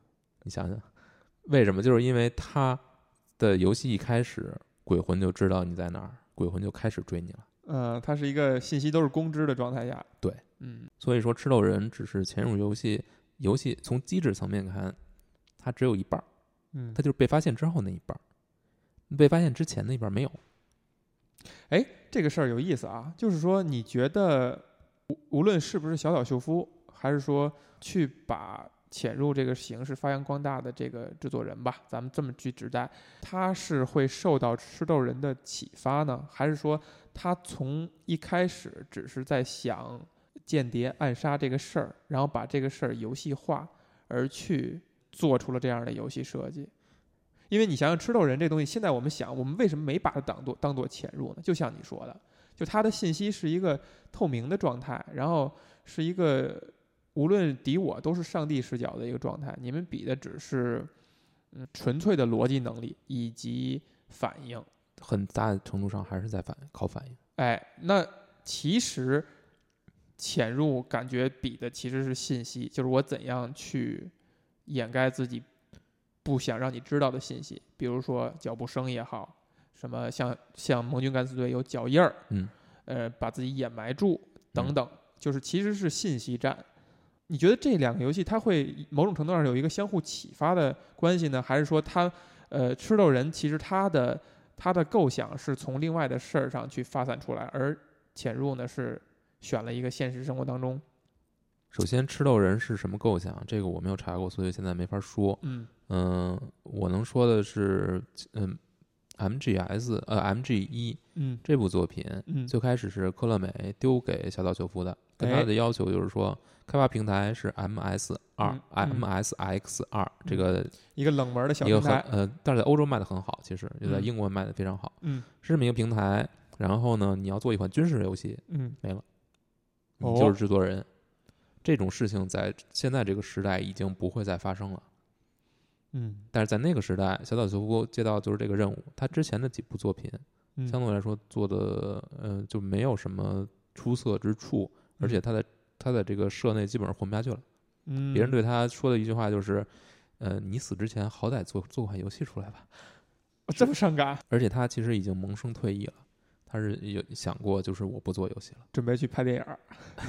Speaker 2: 你想想，为什么？就是因为它的游戏一开始，鬼魂就知道你在哪儿，鬼魂就开始追你了。
Speaker 1: 嗯，它是一个信息都是公知的状态下。
Speaker 2: 对，
Speaker 1: 嗯
Speaker 2: 所以说，吃豆人只是潜入游戏，游戏从机制层面看，它只有一半儿，
Speaker 1: 嗯
Speaker 2: 它，就是被发现之后那一半儿，被发现之前那一半儿没有。
Speaker 1: 哎，这个事儿有意思啊，就是说你觉得无无论是不是小岛秀夫，还是说去把潜入这个形式发扬光大的这个制作人吧，咱们这么去指代，他是会受到吃豆人的启发呢，还是说他从一开始只是在想间谍暗杀这个事儿，然后把这个事儿游戏化，而去做出了这样的游戏设计？因为你想想吃豆人这东西，现在我们想，我们为什么没把它当做当做潜入呢？就像你说的，就它的信息是一个透明的状态，然后是一个无论敌我都是上帝视角的一个状态。你们比的只是嗯纯粹的逻辑能力以及反应。
Speaker 2: 很大程度上还是在反靠反应，
Speaker 1: 哎，那其实潜入感觉比的其实是信息，就是我怎样去掩盖自己不想让你知道的信息，比如说脚步声也好，什么像像盟军敢死队有脚印儿，
Speaker 2: 嗯，
Speaker 1: 呃，把自己掩埋住等
Speaker 2: 嗯
Speaker 1: 等，就是其实是信息战。你觉得这两个游戏它会某种程度上有一个相互启发的关系呢，还是说它，呃，吃豆人其实它的他的构想是从另外的事儿上去发散出来，而潜入呢是选了一个现实生活当中，
Speaker 2: 首先，吃豆人是什么构想？这个我没有查过，所以现在没法说。
Speaker 1: 嗯
Speaker 2: 嗯、我能说的是，嗯，MGS 呃 MG 一
Speaker 1: 嗯
Speaker 2: 这部作品
Speaker 1: 嗯
Speaker 2: 最开始是科乐美丢给小岛秀夫的，但
Speaker 1: 哎
Speaker 2: 他的要求就是说，开发平台是 MS 二
Speaker 1: 嗯、嗯
Speaker 2: MSX 二这个
Speaker 1: 一个冷门的小
Speaker 2: 一
Speaker 1: 平
Speaker 2: 个很
Speaker 1: 台，
Speaker 2: 呃，但是在欧洲卖的很好，其实就在
Speaker 1: 嗯
Speaker 2: 英国卖的非常好，
Speaker 1: 嗯
Speaker 2: 是这么一个平台。然后呢，你要做一款军事游戏，
Speaker 1: 嗯
Speaker 2: 你嗯就
Speaker 1: 哦
Speaker 2: 是制作人。这种事情在现在这个时代已经不会再发生了，
Speaker 1: 嗯
Speaker 2: 但是在那个时代，小岛秀夫接到就是这个任务，他之前的几部作品
Speaker 1: 嗯，
Speaker 2: 相对来说做的呃就没有什么出色之处，而且他在他在这个社内基本上混不下去了。
Speaker 1: 嗯
Speaker 2: 别人对他说的一句话就是：“呃，你死之前好歹做做款游戏出来吧。
Speaker 1: 哦这么伤感，”
Speaker 2: 而且他其实已经萌生退役了，他是有想过就是我不做游戏了，
Speaker 1: 准备去拍电影儿，
Speaker 2: 啊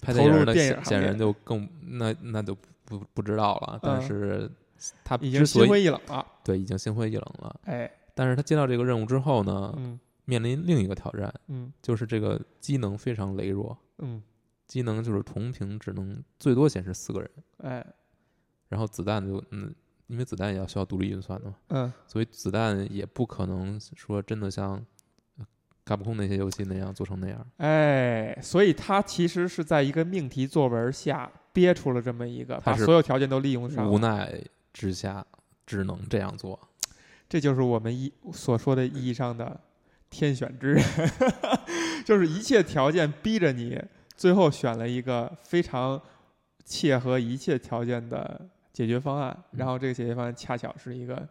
Speaker 2: 拍
Speaker 1: 投
Speaker 2: 电
Speaker 1: 入
Speaker 2: 影的
Speaker 1: 电影行
Speaker 2: 显显
Speaker 1: 业
Speaker 2: 然就更那那就不不知道了。但
Speaker 1: 嗯
Speaker 2: 是他
Speaker 1: 已
Speaker 2: 之
Speaker 1: 经
Speaker 2: 所
Speaker 1: 心
Speaker 2: 以啊
Speaker 1: 灰意冷了，
Speaker 2: 对已经心灰意冷了，
Speaker 1: 哎，
Speaker 2: 但是他接到这个任务之后呢，
Speaker 1: 嗯
Speaker 2: 面临另一个挑战，
Speaker 1: 嗯
Speaker 2: 就是这个机能非常羸弱。
Speaker 1: 嗯，
Speaker 2: 机能就是同屏只能最多显示四个人，
Speaker 1: 哎
Speaker 2: 然后子弹就嗯，因为子弹也要需要独立运算的嘛，
Speaker 1: 嗯
Speaker 2: 所以子弹也不可能说真的像呃卡普空那些游戏那样做成那样。
Speaker 1: 哎，所以他其实是在一个命题作文下憋出了这么一个，
Speaker 2: 他
Speaker 1: 把
Speaker 2: 是
Speaker 1: 所有条件都利用上
Speaker 2: 无
Speaker 1: 了，
Speaker 2: 奈之下，只能这样做。
Speaker 1: 这就是我们一所说的意义上的天选之人， 就是一切条件逼着你，最后选了一个非常切合一切条件的解决方案，
Speaker 2: 嗯
Speaker 1: 然后这个解决方案恰巧是一个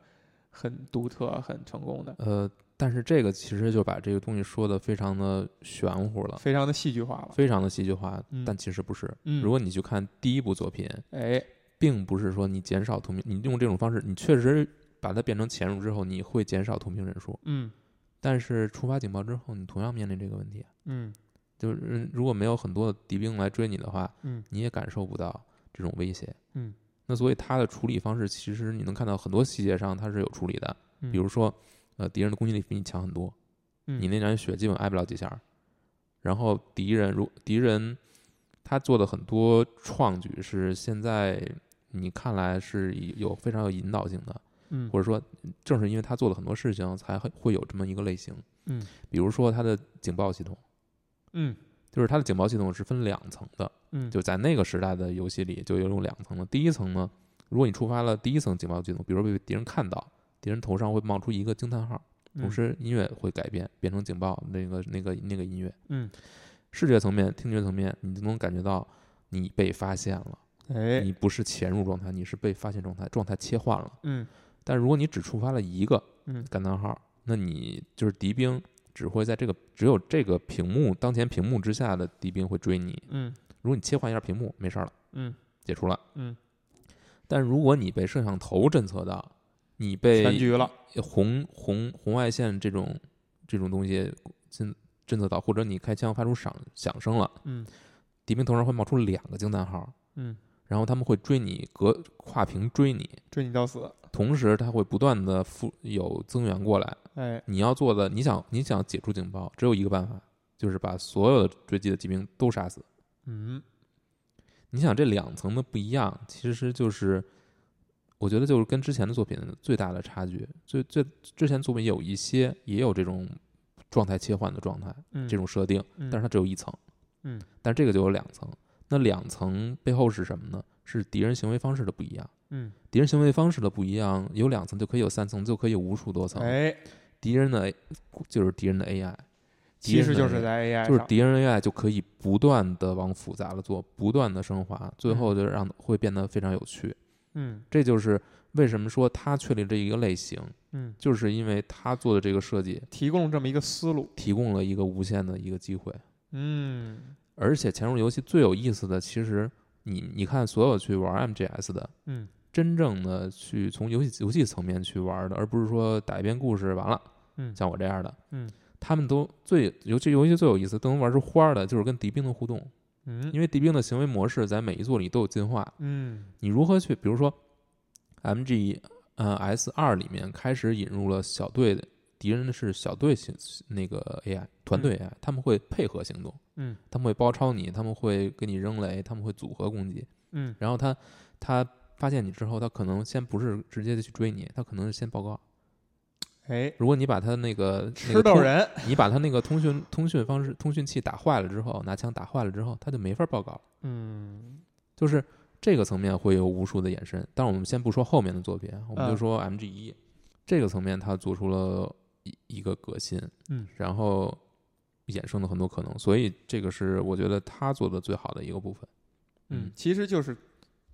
Speaker 1: 很独特、很成功的，
Speaker 2: 呃，但是这个其实就把这个东西说的非常的玄乎了，
Speaker 1: 非常的戏剧化了。
Speaker 2: 非常的戏剧化
Speaker 1: 嗯，
Speaker 2: 但其实不是。
Speaker 1: 嗯，
Speaker 2: 啊如果你去看第一部作品，
Speaker 1: 哎，
Speaker 2: 并不是说你减少同屏，你用这种方式，你确实把它变成潜入之后，你会减少同屏人数。
Speaker 1: 嗯
Speaker 2: 但是触发警报之后，你同样面临这个问题，
Speaker 1: 嗯
Speaker 2: 就是嗯如果没有很多的敌兵来追你的话，
Speaker 1: 嗯
Speaker 2: 你也感受不到这种威胁。
Speaker 1: 嗯，
Speaker 2: 那所以它的处理方式，其实你能看到很多细节上它是有处理的，
Speaker 1: 嗯，
Speaker 2: 比如说，呃，敌人的攻击力比你强很多，
Speaker 1: 嗯
Speaker 2: 你那点血基本挨不了几下儿。然后敌人如敌人他做的很多创举是现在你看来是以有非常有引导性的，
Speaker 1: 嗯
Speaker 2: 或者说正是因为他做了很多事情，才会会有这么一个类型。
Speaker 1: 嗯，
Speaker 2: 比如说他的警报系统，
Speaker 1: 嗯
Speaker 2: 就是它的警报系统是分两层的，
Speaker 1: 嗯
Speaker 2: 就在那个时代的游戏里就有种两层的。第一层呢，如果你触发了第一层警报系统，比如被敌人看到，敌人头上会冒出一个惊叹号，
Speaker 1: 嗯
Speaker 2: 同时音乐会改变，变成警报那个那个那个音乐。
Speaker 1: 嗯
Speaker 2: 视觉层面、听觉层面，你就能感觉到你被发现了，
Speaker 1: 哎
Speaker 2: 你不是潜入状态，你是被发现状态，状态切换了。
Speaker 1: 嗯
Speaker 2: 但如果你只触发了一个
Speaker 1: 嗯
Speaker 2: 感叹号，那你就是敌兵只会在这个只有这个屏幕当前屏幕之下的敌兵会追你。
Speaker 1: 嗯
Speaker 2: 如果你切换一下屏幕，没事儿了，
Speaker 1: 嗯
Speaker 2: 解除了。
Speaker 1: 嗯，
Speaker 2: 但如果你被摄像头侦测到，你
Speaker 1: 全
Speaker 2: 被
Speaker 1: 局了，
Speaker 2: 红红红外线这种这种东西侦侦测到，或者你开枪发出响响声了，
Speaker 1: 嗯
Speaker 2: 敌兵头上会冒出两个惊叹号，
Speaker 1: 嗯，
Speaker 2: 然后他们会追你，隔跨屏追你。
Speaker 1: 追你到死，
Speaker 2: 同时它会不断的复有增援过来。
Speaker 1: 哎，
Speaker 2: 你要做的，你想你想解除警报，只有一个办法，就是把所有的追击的骑兵都杀死。
Speaker 1: 嗯，
Speaker 2: 你想这两层的不一样，其实就是我觉得就是跟之前的作品最大的差距。最最之前作品有一些也有这种状态切换的状态，
Speaker 1: 嗯
Speaker 2: 这，种设定，
Speaker 1: 嗯
Speaker 2: 但是它只有一层。
Speaker 1: 嗯，
Speaker 2: 但是这个就有两层。那两层背后是什么呢？是敌人行为方式的不一样。
Speaker 1: 嗯，
Speaker 2: 敌人行为方式的不一样，有两层就可以有三层，就可以有无数多层。
Speaker 1: 哎，
Speaker 2: 敌人的 A- 就是敌人的 AI，敌
Speaker 1: 其
Speaker 2: 人
Speaker 1: 实
Speaker 2: 的
Speaker 1: 就是
Speaker 2: AI
Speaker 1: 在 AI
Speaker 2: 就是
Speaker 1: 上
Speaker 2: 敌人 AI 就可以不断的往复杂了做，不断的升华，最后就让会变得非常有趣。
Speaker 1: 嗯
Speaker 2: 这就是为什么说它确立这一个类型，
Speaker 1: 嗯，
Speaker 2: 就是因为它做的这个设计
Speaker 1: 提供了这么一个思路，
Speaker 2: 提供了一个无限的一个机会。
Speaker 1: 嗯
Speaker 2: 而且潜入游戏最有意思的，其实你你看所有去玩 MGS 的，
Speaker 1: 嗯，
Speaker 2: 真正的去从游戏游戏层面去玩的，而不是说打一遍故事完了，
Speaker 1: 嗯
Speaker 2: 像我这样的，
Speaker 1: 嗯，
Speaker 2: 他们都最尤其游戏最有意思，都能玩出花儿的，就是跟敌兵的互动，
Speaker 1: 嗯，
Speaker 2: 因为敌兵的行为模式在每一座里都有进化，
Speaker 1: 嗯
Speaker 2: 你如何去，比如说 MG 呃 S 二里面开始引入了小队的敌人是小队型那个 AI 团队 AI，、他们会配合行动，
Speaker 1: 嗯，
Speaker 2: 他们会包抄你，他们会给你扔雷，他们会组合攻击，
Speaker 1: 嗯
Speaker 2: 然后他他发现你之后，他可能先不是直接的去追你，他可能是先报告。
Speaker 1: 哎，
Speaker 2: 如果你把他那个那
Speaker 1: 吃
Speaker 2: 个
Speaker 1: 豆
Speaker 2: 通，
Speaker 1: 人，
Speaker 2: 你把他那个通讯通讯方式通讯器打坏了之后，拿枪打坏了之后，他就没法报告了。
Speaker 1: 嗯
Speaker 2: 就是这个层面会有无数的延伸。但我们先不说后面的作品，啊我们
Speaker 1: 嗯
Speaker 2: 就说 MG 一、这个层面，它做出了一一个革新，
Speaker 1: 嗯，
Speaker 2: 然后衍生了很多可能，所以这个是我觉得他做的最好的一个部分。
Speaker 1: 嗯，其实就是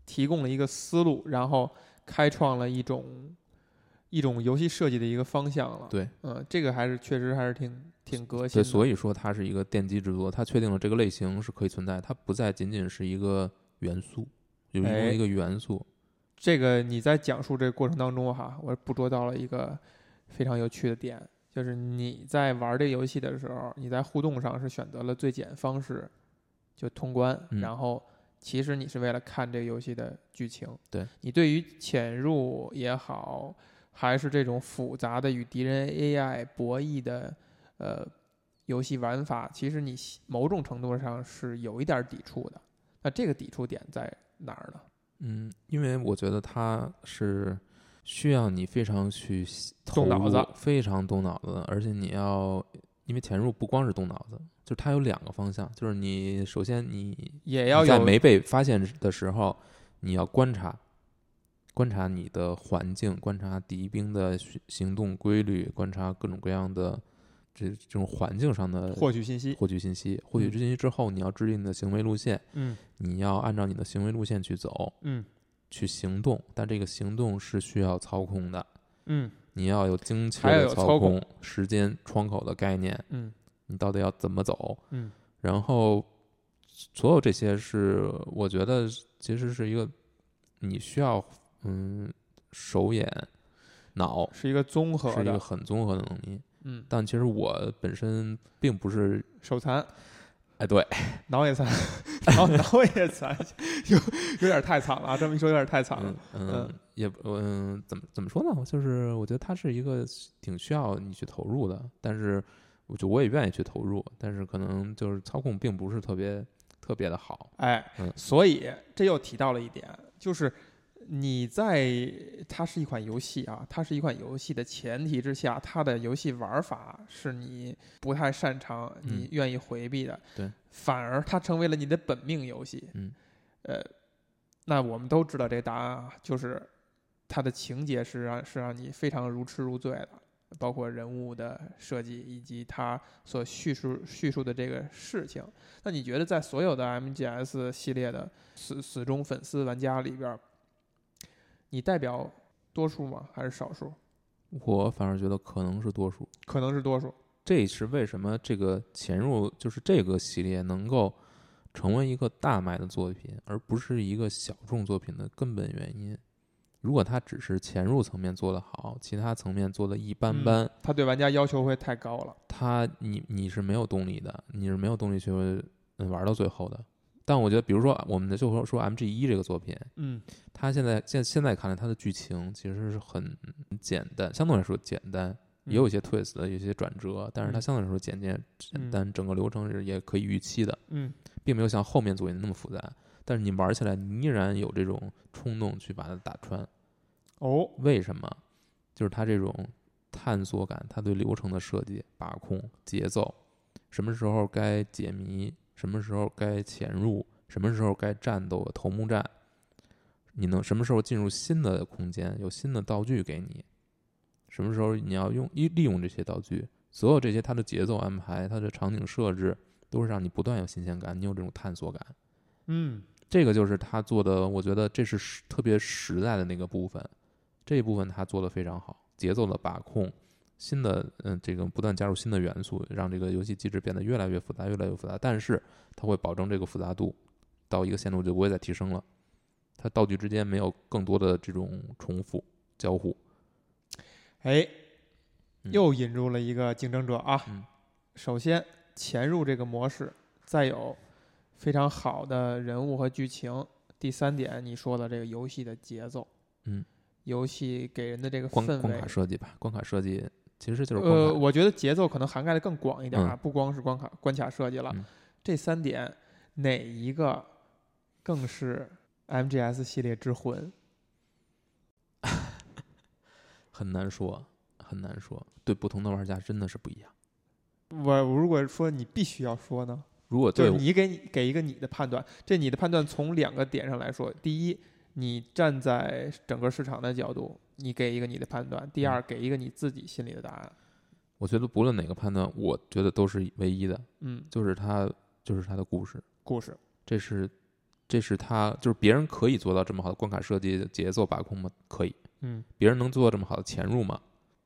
Speaker 1: 提供了一个思路，然后开创了一种一种游戏设计的一个方向了。
Speaker 2: 对，
Speaker 1: 嗯，这个还是确实还是挺挺革新的。
Speaker 2: 对，所以说它是一个奠基之作，它确定了这个类型是可以存在，它不再仅仅是一个元素，有一
Speaker 1: 哎
Speaker 2: 种一个元素。
Speaker 1: 这个你在讲述这个过程当中哈，我捕捉到了一个非常有趣的点，就是你在玩这个游戏的时候，你在互动上是选择了最简方式就通关，
Speaker 2: 嗯
Speaker 1: 然后其实你是为了看这个游戏的剧情。
Speaker 2: 对
Speaker 1: 你对于潜入也好，还是这种复杂的与敌人 AI 博弈的呃游戏玩法，其实你某种程度上是有一点抵触的。那这个抵触点在哪儿呢？
Speaker 2: 嗯，因为我觉得它是需要你非常去细
Speaker 1: 动
Speaker 2: 投
Speaker 1: 脑
Speaker 2: 入
Speaker 1: 子
Speaker 2: 非常动脑子的，而且你要，因为潜入不光是动脑子，就是它有两个方向，就是你首先你
Speaker 1: 也要
Speaker 2: 你在
Speaker 1: 有
Speaker 2: 没被发现的时候，你要观察，观察你的环境，观察敌兵的行行动规律，观察各种各样的这这种环境上的
Speaker 1: 获取信息。
Speaker 2: 获取信息，获取
Speaker 1: 嗯
Speaker 2: 信息之后，你要制定你的行为路线，
Speaker 1: 嗯
Speaker 2: 你要按照你的行为路线去走。
Speaker 1: 嗯
Speaker 2: 去行动，但这个行动是需要操控的，
Speaker 1: 嗯
Speaker 2: 你要有精确
Speaker 1: 还要
Speaker 2: 的
Speaker 1: 有操控
Speaker 2: 控、时间窗口的概念，
Speaker 1: 嗯
Speaker 2: 你到底要怎么走？
Speaker 1: 嗯，
Speaker 2: 然后所有这些是我觉得其实是一个你需要嗯手眼脑
Speaker 1: 是一个综合
Speaker 2: 是一
Speaker 1: 的，
Speaker 2: 个很综合的能力，
Speaker 1: 嗯，
Speaker 2: 但其实我本身并不是
Speaker 1: 手残、
Speaker 2: 哎对，
Speaker 1: 脑也残， 脑脑也残， 有有点太惨了啊！这么一说有点太惨了
Speaker 2: 嗯。嗯也不嗯怎么怎么说呢？就是我觉得它是一个挺需要你去投入的，但是我就我也愿意去投入，但是可能就是操控并不是特别特别的好。
Speaker 1: 哎
Speaker 2: 嗯，
Speaker 1: 所以这又提到了一点，就是你在它是一款游戏啊，它是一款游戏的前提之下，它的游戏玩法是你不太擅长，
Speaker 2: 嗯
Speaker 1: 你愿意回避的，
Speaker 2: 对，
Speaker 1: 反而它成为了你的本命游戏，
Speaker 2: 嗯，
Speaker 1: 呃，那我们都知道这答案啊，就是它的情节是让是让你非常如痴如醉的。包括人物的设计以及它所叙述叙述的这个事情，那你觉得在所有的 MGS 系列的死死忠粉丝玩家里边儿，你代表多数吗？还是少数？
Speaker 2: 我反而觉得可能是多数，
Speaker 1: 可能是多数。
Speaker 2: 这是为什么这个潜入就是这个系列能够成为一个大卖的作品，而不是一个小众作品的根本原因。如果它只是潜入层面做得好，其他层面做得一般
Speaker 1: 嗯
Speaker 2: 般，
Speaker 1: 他对玩家要求会太高了。
Speaker 2: 呃他你你是没有动力的，你是没有动力去嗯玩到最后的。但我觉得，比如说我们就说说 M G 一这个作品，
Speaker 1: 嗯
Speaker 2: 它现在现现在看来，它的剧情其实是很简单，相对来说简单，也有一些 twist 的，有一些转折，但是它
Speaker 1: 嗯
Speaker 2: 相对来说简洁简单，整个流程是也可以预期的，
Speaker 1: 嗯
Speaker 2: 并没有像后面作品那么复杂。但是你玩起来，你依然有这种冲动去把它打穿。
Speaker 1: 哦
Speaker 2: 为什么？就是它这种探索感，它对流程的设计、把控、节奏，什么时候该解谜，什么时候该潜入，什么时候该战斗头目战，你能什么时候进入新的空间，有新的道具给你，什么时候你要用利利用这些道具，所有这些它的节奏安排、它的场景设置，都是让你不断有新鲜感，你有这种探索感。
Speaker 1: 嗯
Speaker 2: 这个就是他做的，我觉得这是实特别实在的那个部分，这一部分他做的非常好，节奏的把控，新的嗯、这个不断加入新的元素，让这个游戏机制变得越来越复杂，越来越复杂，但是它会保证这个复杂度到一个限度就不会再提升了，它道具之间没有更多的这种重复交互，
Speaker 1: 哎，
Speaker 2: 嗯
Speaker 1: 又引入了一个竞争者啊。
Speaker 2: 嗯
Speaker 1: 首先潜入这个模式，再有非常好的人物和剧情。第三点，你说的这个游戏的节奏，
Speaker 2: 嗯，
Speaker 1: 游戏给人的这个
Speaker 2: 关
Speaker 1: 氛
Speaker 2: 关
Speaker 1: 围
Speaker 2: 卡，设计吧，关卡设计其实就是关
Speaker 1: 呃，
Speaker 2: 卡，
Speaker 1: 我觉得节奏可能涵盖的更广一点啊，不光是关卡关卡设计了。
Speaker 2: 嗯
Speaker 1: 这三点哪一个更是 MGS 系列之魂？
Speaker 2: 很难说，很难说，对不同的玩家真的是不一样。
Speaker 1: 我如果说你必须要说呢，
Speaker 2: 如果
Speaker 1: 就是
Speaker 2: 对
Speaker 1: 你给你给一个你的判断，这你的判断从两个点上来说，第一，你站在整个市场的角度，你给一个你的判断；第
Speaker 2: 嗯
Speaker 1: 二，给一个你自己心里的答案。
Speaker 2: 我觉得不论哪个判断，我觉得都是唯一的，
Speaker 1: 嗯，
Speaker 2: 就是它就是它的故事，
Speaker 1: 故事，
Speaker 2: 这是这是它就是别人可以做到这么好的关卡设计、节奏把控吗？可以，
Speaker 1: 嗯，
Speaker 2: 别人能做到这么好的潜入吗？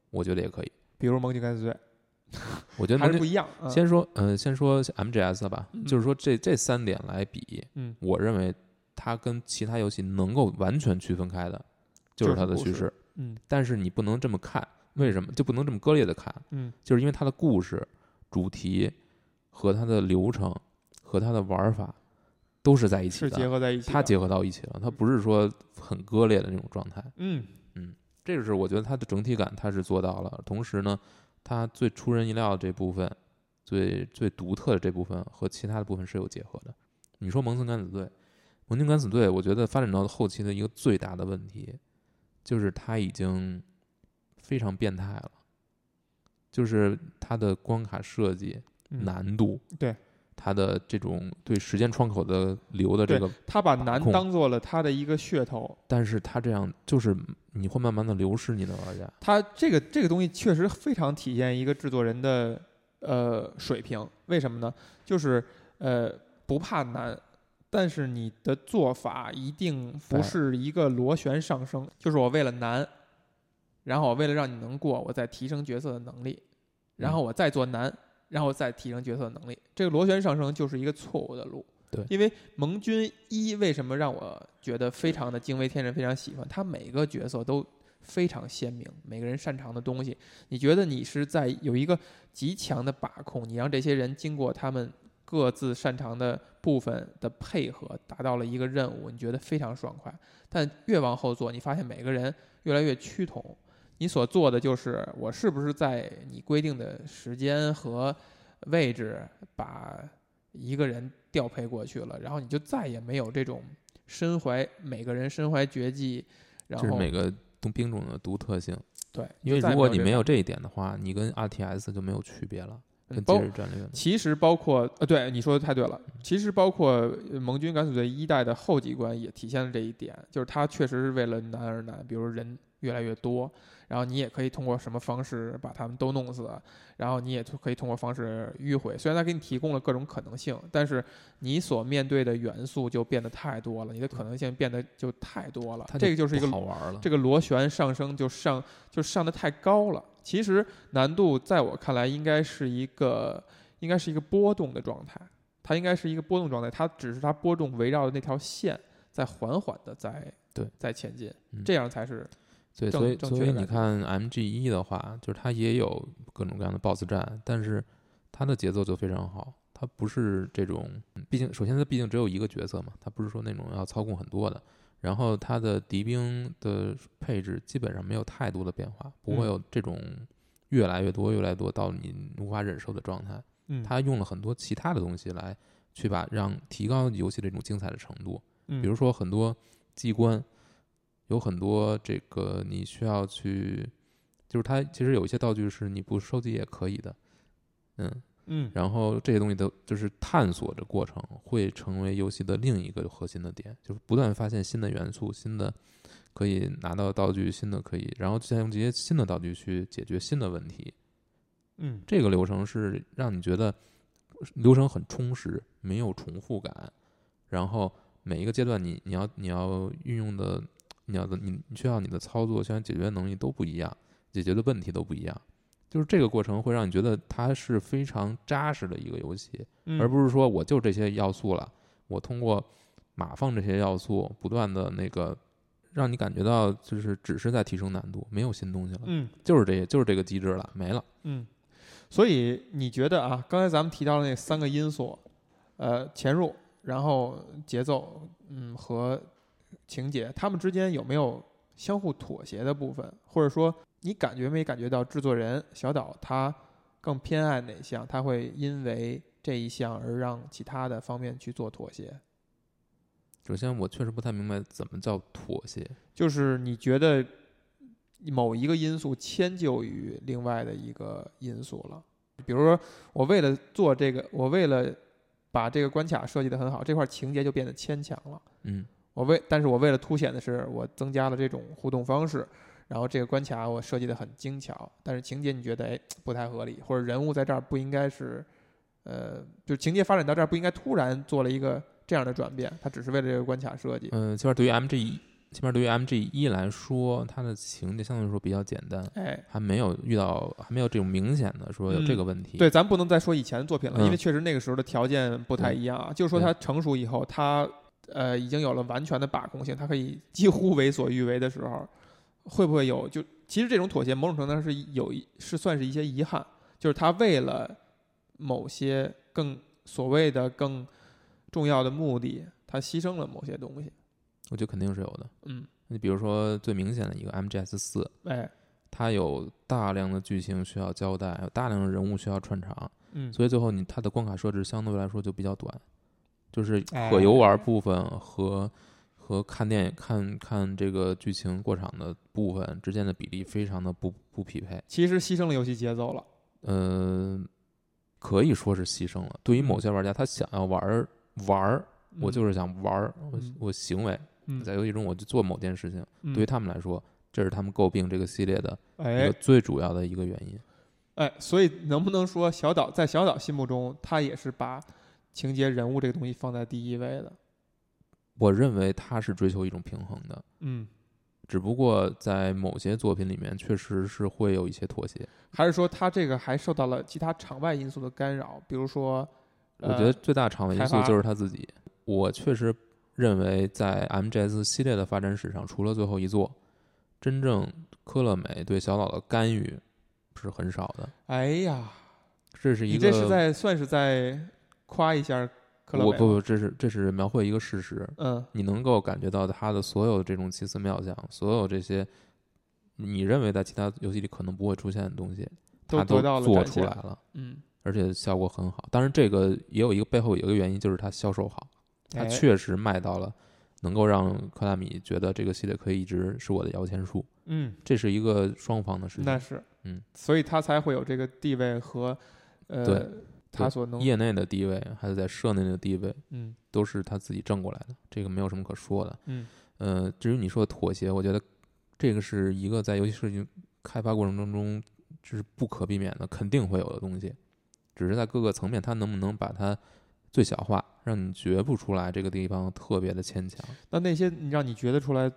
Speaker 2: 我觉得也可以。
Speaker 1: 比如《梦境敢死队
Speaker 2: 我觉》得
Speaker 1: 还是
Speaker 2: 能
Speaker 1: 不一样。嗯
Speaker 2: 先说，嗯、先说 MGS 吧，
Speaker 1: 嗯
Speaker 2: 就是说这这三点来比，
Speaker 1: 嗯，
Speaker 2: 我认为它跟其他游戏能够完全区分开的，就
Speaker 1: 就是
Speaker 2: 它的
Speaker 1: 故
Speaker 2: 叙
Speaker 1: 事
Speaker 2: 事，
Speaker 1: 嗯
Speaker 2: 但是你不能这么看，为什么就不能这么割裂的看？
Speaker 1: 嗯，
Speaker 2: 就是因为它的故事、主题和它的流程和它的玩法都是在一起
Speaker 1: 是结
Speaker 2: 的，
Speaker 1: 合在一起的。
Speaker 2: 它结合到一起了，它不是说很割裂的那种状态。
Speaker 1: 嗯
Speaker 2: 这个是我觉得它的整体感它是做到了，同时呢，它最出人意料的这部分、最最独特的这部分和其他的部分是有结合的。你说《萌生敢死队》，《萌生敢死队》，我觉得发展到后期的一个最大的问题，就是它已经非常变态了，就是它的关卡设计、
Speaker 1: 嗯，
Speaker 2: 难度，
Speaker 1: 对
Speaker 2: 它的这种对时间窗口的留的这
Speaker 1: 对
Speaker 2: 个，
Speaker 1: 他把
Speaker 2: 把
Speaker 1: 难
Speaker 2: 控
Speaker 1: 当做了他的一个噱头。
Speaker 2: 但是它这样就是你会慢慢的流失你的玩家，
Speaker 1: 他这个这个东西确实非常体现一个制作人的呃水平。为什么呢？就是呃不怕难，但是你的做法一定不
Speaker 2: 对
Speaker 1: 是一个螺旋上升，就是我为了难，然后我为了让你能过，我再提升角色的能力，然后我再做难。然后再提升角色的能力，这个螺旋上升就是一个错误的路。
Speaker 2: 对
Speaker 1: 因为盟军一为什么让我觉得非常的惊为天人，非常喜欢？他每个角色都非常鲜明，每个人擅长的东西，你觉得你是在有一个极强的把控，你让这些人经过他们各自擅长的部分的配合，达到了一个任务，你觉得非常爽快。但越往后做，你发现每个人越来越趋同，你所做的就是我是不是在你规定的时间和位置把一个人调配过去了，然后你就再也没有这种身怀每个人身怀绝技，然
Speaker 2: 就是
Speaker 1: 后
Speaker 2: 每个东兵种的独特性。
Speaker 1: 对，
Speaker 2: 因为
Speaker 1: 就再也
Speaker 2: 如果
Speaker 1: 这
Speaker 2: 你
Speaker 1: 种
Speaker 2: 没有这一点的话，你跟 RTS 就没有区别了，
Speaker 1: 嗯
Speaker 2: 跟即
Speaker 1: 包
Speaker 2: 时战略的。
Speaker 1: 其实包括呃，对你说的太对了，其实包括呃盟军敢死队一代的后几关也体现了这一点，就是它确实是为了难而难，比如人越来越多，然后你也可以通过什么方式把他们都弄死，然后你也可以通过方式迂回。虽然它给你提供了各种可能性，但是你所面对的元素就变得太多了，你的可能性变得就太多了
Speaker 2: 它。
Speaker 1: 这个就是一个
Speaker 2: 不好玩了，
Speaker 1: 这个螺旋上升就上就上的太高了。其实难度在我看来应该是一个应该是一个波动的状态，它应该是一个波动状态，它只是它波动围绕着那条线在缓缓的在
Speaker 2: 对
Speaker 1: 在前进
Speaker 2: 嗯，
Speaker 1: 这样才是
Speaker 2: 对，
Speaker 1: 正
Speaker 2: 所以
Speaker 1: 正
Speaker 2: 所
Speaker 1: 确
Speaker 2: 以
Speaker 1: 的来
Speaker 2: 你
Speaker 1: 说
Speaker 2: 看 MG 一的话，就是它也有各种各样的 BOSS 战，但是它的节奏就非常好，它它不是这种，嗯毕竟首先它毕竟只有一个角色嘛，它不是说那种要操控很多的。然后它的敌兵的配置基本上没有太多的变化，不会
Speaker 1: 嗯
Speaker 2: 有这种越来越多、越来越多到你无法忍受的状态。
Speaker 1: 嗯，
Speaker 2: 它用了很多其他的东西来去把让提高游戏这种精彩的程度。
Speaker 1: 比
Speaker 2: 比如说很多机关，有很多这个你需要去，就是它其实有一些道具是你不收集也可以的，嗯，
Speaker 1: 嗯
Speaker 2: 然后这些东西的就是探索的过程会成为游戏的另一个核心的点，就是不断发现新的元素、新的可以拿到的道具、新的可以，然后再用这些新的道具去解决新的问题。
Speaker 1: 嗯
Speaker 2: 这个流程是让你觉得流程很充实，没有重复感，然后每一个阶段你你要你要运用的你要的你你需要你的操作、需要解决的能力都不一样，解决的问题都不一样。就是这个过程会让你觉得它是非常扎实的一个游戏，
Speaker 1: 嗯，
Speaker 2: 而不是说我就这些要素了，我通过码放这些要素不断的那个，让你感觉到就是只是在提升难度，没有新东西了，
Speaker 1: 嗯
Speaker 2: 就是这些就是这个机制了，没了。
Speaker 1: 嗯，所以你觉得啊，刚才咱们提到的那三个因素，呃，潜入，然后节奏，嗯，和情节，他们之间有没有相互妥协的部分？或者说，你感觉没感觉到制作人小岛他更偏爱哪项？他会因为这一项而让其他的方面去做妥协？
Speaker 2: 首先，我确实不太明白怎么叫妥协。
Speaker 1: 就是你觉得某一个因素迁就于另外的一个因素了。比如说，我为了做这个，我为了把这个关卡设计得很好，这块情节就变得牵强了。
Speaker 2: 嗯
Speaker 1: 我为，但是我为了凸显的是，我增加了这种互动方式，然后这个关卡我设计得很精巧，但是情节你觉得哎不太合理，或者人物在这儿不应该是，呃，就情节发展到这儿不应该突然做了一个这样的转变，它只是为了这个关卡设计。
Speaker 2: 嗯，起码对于 MG 一，起码对于 MG 一来说，它的情节相对来说比较简单，
Speaker 1: 哎，
Speaker 2: 还没有遇到还没有这种明显的说有这
Speaker 1: 嗯
Speaker 2: 个问题。
Speaker 1: 对，咱不能再说以前的作品了，因为
Speaker 2: 嗯
Speaker 1: 确实那个时候的条件不太一样啊。就是说，
Speaker 2: 对
Speaker 1: 它成熟以后，它呃已经有了完全的把控性，它可以几乎为所欲为的时候，会不会有？就其实这种妥协，某种程度上是有一是算是一些遗憾，就是他为了某些更所谓的更重要的目的，他牺牲了某些东西。
Speaker 2: 我觉得肯定是有的。
Speaker 1: 嗯，
Speaker 2: 你比如说最明显的一个 MGS 四，
Speaker 1: 哎，
Speaker 2: 它有大量的剧情需要交代，有大量的人物需要串场，
Speaker 1: 嗯，
Speaker 2: 所以最后你它的关卡设置相对来说就比较短，就是
Speaker 1: 哎
Speaker 2: 可游玩部分和、和看电影看看这个剧情过场的部分之间的比例非常的不不匹配。
Speaker 1: 其实牺牲了游戏节奏了。
Speaker 2: 嗯，可以说是牺牲了。对于某些玩家，他想要玩儿玩儿，我就是想玩儿，我
Speaker 1: 嗯
Speaker 2: 我行为
Speaker 1: 嗯
Speaker 2: 在游戏中我就做某件事情。
Speaker 1: 嗯
Speaker 2: 对于他们来说，这是他们诟病这个系列的一
Speaker 1: 哎
Speaker 2: 个最主要的一个原因。
Speaker 1: 哎，所以能不能说小岛在小岛心目中，他也是把情节、人物这个东西放在第一位的？
Speaker 2: 我认为他是追求一种平衡的，
Speaker 1: 嗯，
Speaker 2: 只不过在某些作品里面，确实是会有一些妥协。
Speaker 1: 还是说他这个还受到了其他场外因素的干扰，比如说，
Speaker 2: 我
Speaker 1: 呃、
Speaker 2: 觉得最大场的因
Speaker 1: 开
Speaker 2: 素
Speaker 1: 发
Speaker 2: 就是他自己。我确实认为，在 MGS 系列的发展史上，除了最后一座，真正科乐美对小岛的干预是很少的。
Speaker 1: 哎呀，
Speaker 2: 这是一
Speaker 1: 你这
Speaker 2: 个
Speaker 1: 是在算是在夸一下克劳
Speaker 2: 我
Speaker 1: 美
Speaker 2: 不
Speaker 1: 吗
Speaker 2: 不，这是这是描绘一个事实。
Speaker 1: 嗯
Speaker 2: 你能够感觉到他的所有这种奇思妙想，所有这些你认为在其他游戏里可能不会出现的东西，
Speaker 1: 都
Speaker 2: 他
Speaker 1: 得到了
Speaker 2: 做
Speaker 1: 展
Speaker 2: 出
Speaker 1: 现
Speaker 2: 来了。
Speaker 1: 嗯，
Speaker 2: 而且效果很好。当然，这个也有一个背后有一个原因，就是它销售好，它
Speaker 1: 哎
Speaker 2: 确实卖到了能够让克拉米觉得这个系列可以一直是我的摇钱树，
Speaker 1: 嗯，
Speaker 2: 这是一个双方的事
Speaker 1: 那
Speaker 2: 情。
Speaker 1: 是
Speaker 2: 嗯，
Speaker 1: 所以他才会有这个地位和呃
Speaker 2: 对
Speaker 1: 他所能
Speaker 2: 业内的地位还是在社内的地位，
Speaker 1: 嗯
Speaker 2: 都是他自己挣过来的，这个没有什么可说的。
Speaker 1: 嗯
Speaker 2: 呃，至于你说的妥协，我觉得这个是一个在游戏设计开发过程当中就是不可避免的，肯定会有的东西，只是在各个层面，它能不能把它最小化，让你觉不出来这个地方特别的牵强。
Speaker 1: 那那些你让你觉得出来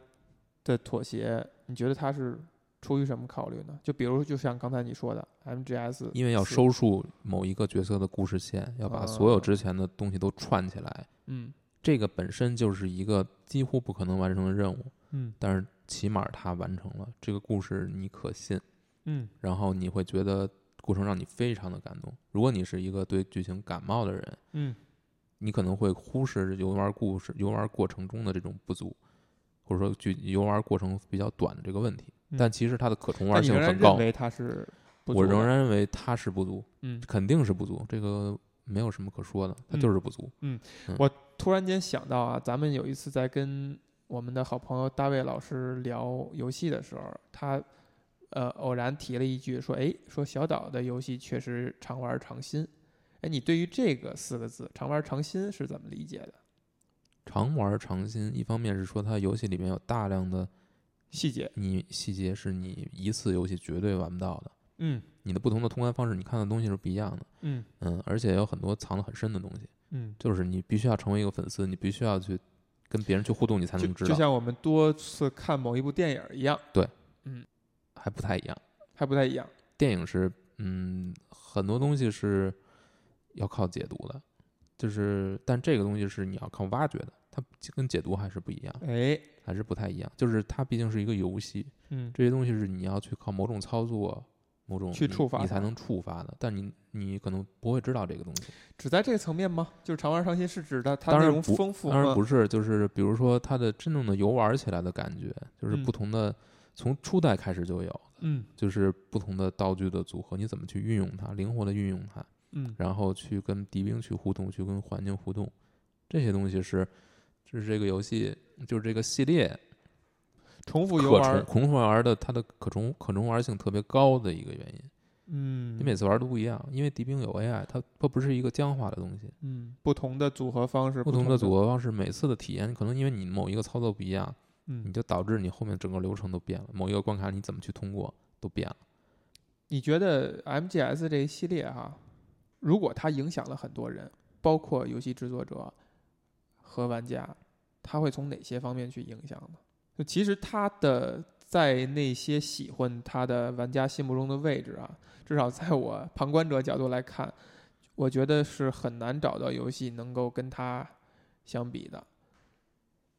Speaker 1: 的妥协，你觉得他是出于什么考虑呢？就比如，就像刚才你说的 MGS，
Speaker 2: 因为要
Speaker 1: 是，
Speaker 2: 收束某一个角色的故事线，要把所
Speaker 1: 哦
Speaker 2: 有之前的东西都串起来，
Speaker 1: 嗯
Speaker 2: 这个本身就是一个几乎不可能完成的任务，
Speaker 1: 嗯
Speaker 2: 但是起码它完成了，这个故事你可信，
Speaker 1: 嗯
Speaker 2: 然后你会觉得过程让你非常的感动。如果你是一个对剧情感冒的人，
Speaker 1: 嗯，
Speaker 2: 你可能会忽视游玩故事、游玩过程中的这种不足，或者说剧游玩过程比较短的这个问题。
Speaker 1: 嗯
Speaker 2: 但其实它的可重玩
Speaker 1: 但你
Speaker 2: 性
Speaker 1: 仍然
Speaker 2: 很高
Speaker 1: 认，为它是不足啊
Speaker 2: 我
Speaker 1: 的，
Speaker 2: 仍然认为它是不足，
Speaker 1: 嗯
Speaker 2: 肯定是不足，这个没有什么可说的，它就是不足。
Speaker 1: 突然间想到啊，咱们有一次在跟我们的好朋友大卫老师聊游戏的时候，他呃偶然提了一句说：“哎，说小岛的游戏确实常玩常新。”哎，你对于这个四个字“常玩常新”是怎么理解的？
Speaker 2: 常玩常新，一方面是说它游戏里面有大量的
Speaker 1: 细节，
Speaker 2: 你细节是你一次游戏绝对玩不到的，
Speaker 1: 嗯
Speaker 2: 你的不同的通关方式，你看的东西是不一样的。
Speaker 1: 嗯
Speaker 2: 嗯，而且有很多藏得很深的东西，
Speaker 1: 嗯，
Speaker 2: 就是你必须要成为一个粉丝，你必须要去跟别人去互动，你才
Speaker 1: 就
Speaker 2: 能知
Speaker 1: 就
Speaker 2: 道，
Speaker 1: 像我们多次看某一部电影一样，
Speaker 2: 还不太一样。
Speaker 1: 还不太一样。
Speaker 2: 电影是，嗯，很多东西是要靠解读的，就是，但这个东西是你要靠挖掘的，它跟解读还是不一样，
Speaker 1: 哎，
Speaker 2: 还是不太一样。就是它毕竟是一个游戏，
Speaker 1: 嗯
Speaker 2: 这些东西是你要去靠某种操作、某种
Speaker 1: 去
Speaker 2: 你
Speaker 1: 触发
Speaker 2: 你
Speaker 1: 它
Speaker 2: 才能触发的，但你你可能不会知道这个东西。
Speaker 1: 只在这个层面吗？就是常玩常新是指它它
Speaker 2: 当
Speaker 1: 内
Speaker 2: 然
Speaker 1: 容
Speaker 2: 不
Speaker 1: 丰富吗？
Speaker 2: 当然不是，就是比如说它的真正的游玩起来的感觉，就是
Speaker 1: 嗯
Speaker 2: 不同的，从初代开始就有，
Speaker 1: 嗯
Speaker 2: 就是不同的道具的组合，你怎么去运用它，灵活的运用它，
Speaker 1: 嗯
Speaker 2: 然后去跟敌兵去互动，去跟环境互动，这些东西是，这是这个游戏，就是这个系列
Speaker 1: 重复游
Speaker 2: 可重
Speaker 1: 玩，
Speaker 2: 重复玩的它的可重可重玩性特别高的一个原因。
Speaker 1: 嗯
Speaker 2: 你每次玩都不一样，因为敌兵有 AI，它它不是一个僵化的东西，
Speaker 1: 嗯，不同的组合方式，
Speaker 2: 不
Speaker 1: 不
Speaker 2: 同
Speaker 1: 同
Speaker 2: 的组，合方式，每次的体验可能因为你某一个操作不一样，你
Speaker 1: 嗯，
Speaker 2: 就导致你后面整个流程都变了，某一个关卡你怎么去通过都变了。
Speaker 1: 你觉得 MGS 这一系列哈、如果它影响了很多人，包括游戏制作者和玩家，它会从哪些方面去影响呢？就其实它的在那些喜欢它的玩家心目中的位置啊，至少在我旁观者角度来看，我觉得是很难找到游戏能够跟它相比的。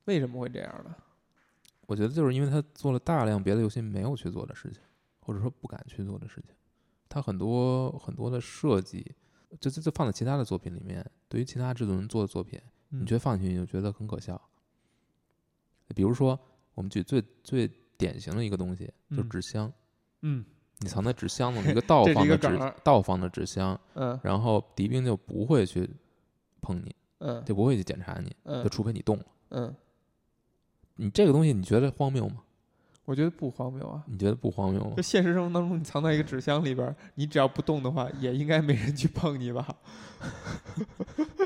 Speaker 1: 为什么会这样呢？
Speaker 2: 我觉得就是因为他做了大量别的游戏没有去做的事情，或者说不敢去做的事情，他很多很多的设计，就就就放在其他的作品里面，对于其他制作人做的作品，
Speaker 1: 嗯
Speaker 2: 你觉得放进去，你就觉得很可笑。比如说，我们举最最典型的一个东西，就是
Speaker 1: 嗯
Speaker 2: 纸箱。
Speaker 1: 嗯
Speaker 2: 你藏在纸箱子里，一个倒
Speaker 1: 这是
Speaker 2: 放
Speaker 1: 一个
Speaker 2: 的纸
Speaker 1: 梗儿
Speaker 2: 倒放的纸箱，
Speaker 1: 嗯
Speaker 2: 然后敌兵就不会去碰你，
Speaker 1: 嗯
Speaker 2: 就不会去检查你，就
Speaker 1: 嗯
Speaker 2: 除非你动了。
Speaker 1: 嗯，
Speaker 2: 你这个东西你觉得荒谬吗？
Speaker 1: 我觉得不荒谬啊。
Speaker 2: 你觉得不荒谬吗
Speaker 1: 就？现实生活当中，你藏在一个纸箱里边儿，你只要不动的话，也应该没人去碰你吧？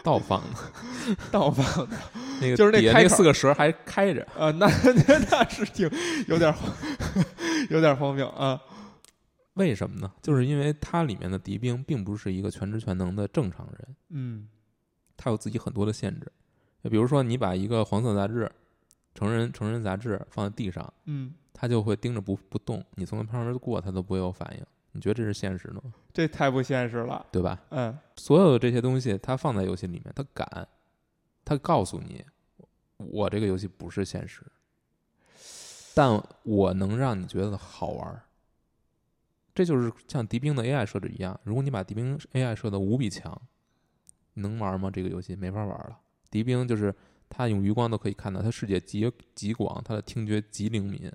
Speaker 2: 倒放的
Speaker 1: 倒放的，
Speaker 2: 那 个
Speaker 1: 就是那
Speaker 2: 底下
Speaker 1: 开
Speaker 2: 那
Speaker 1: 口
Speaker 2: 四个蛇还开着，
Speaker 1: 呃，那 那那是挺有点儿荒 有点儿荒谬啊。
Speaker 2: 为什么呢？就是因为它里面的敌兵并不是一个全知全能的正常人，
Speaker 1: 嗯
Speaker 2: 他有自己很多的限制。就比如说，你把一个黄色杂志、成人成人杂志放在地上，
Speaker 1: 嗯，
Speaker 2: 他就会盯着不不动，你从他旁边过，他都不会有反应。你觉得这是现实的吗？
Speaker 1: 这太不现实了。
Speaker 2: 对吧？
Speaker 1: 嗯
Speaker 2: 所有的这些东西，它放在游戏里面，它敢，它告诉你，我这个游戏不是现实，但我能让你觉得好玩儿。这就是像敌兵的 AI 设置一样，如果你把敌兵 AI 设的无比强，你能玩吗？这个游戏没法玩了。敌兵就是他用余光都可以看到，他视野极极广，他的听觉极灵敏。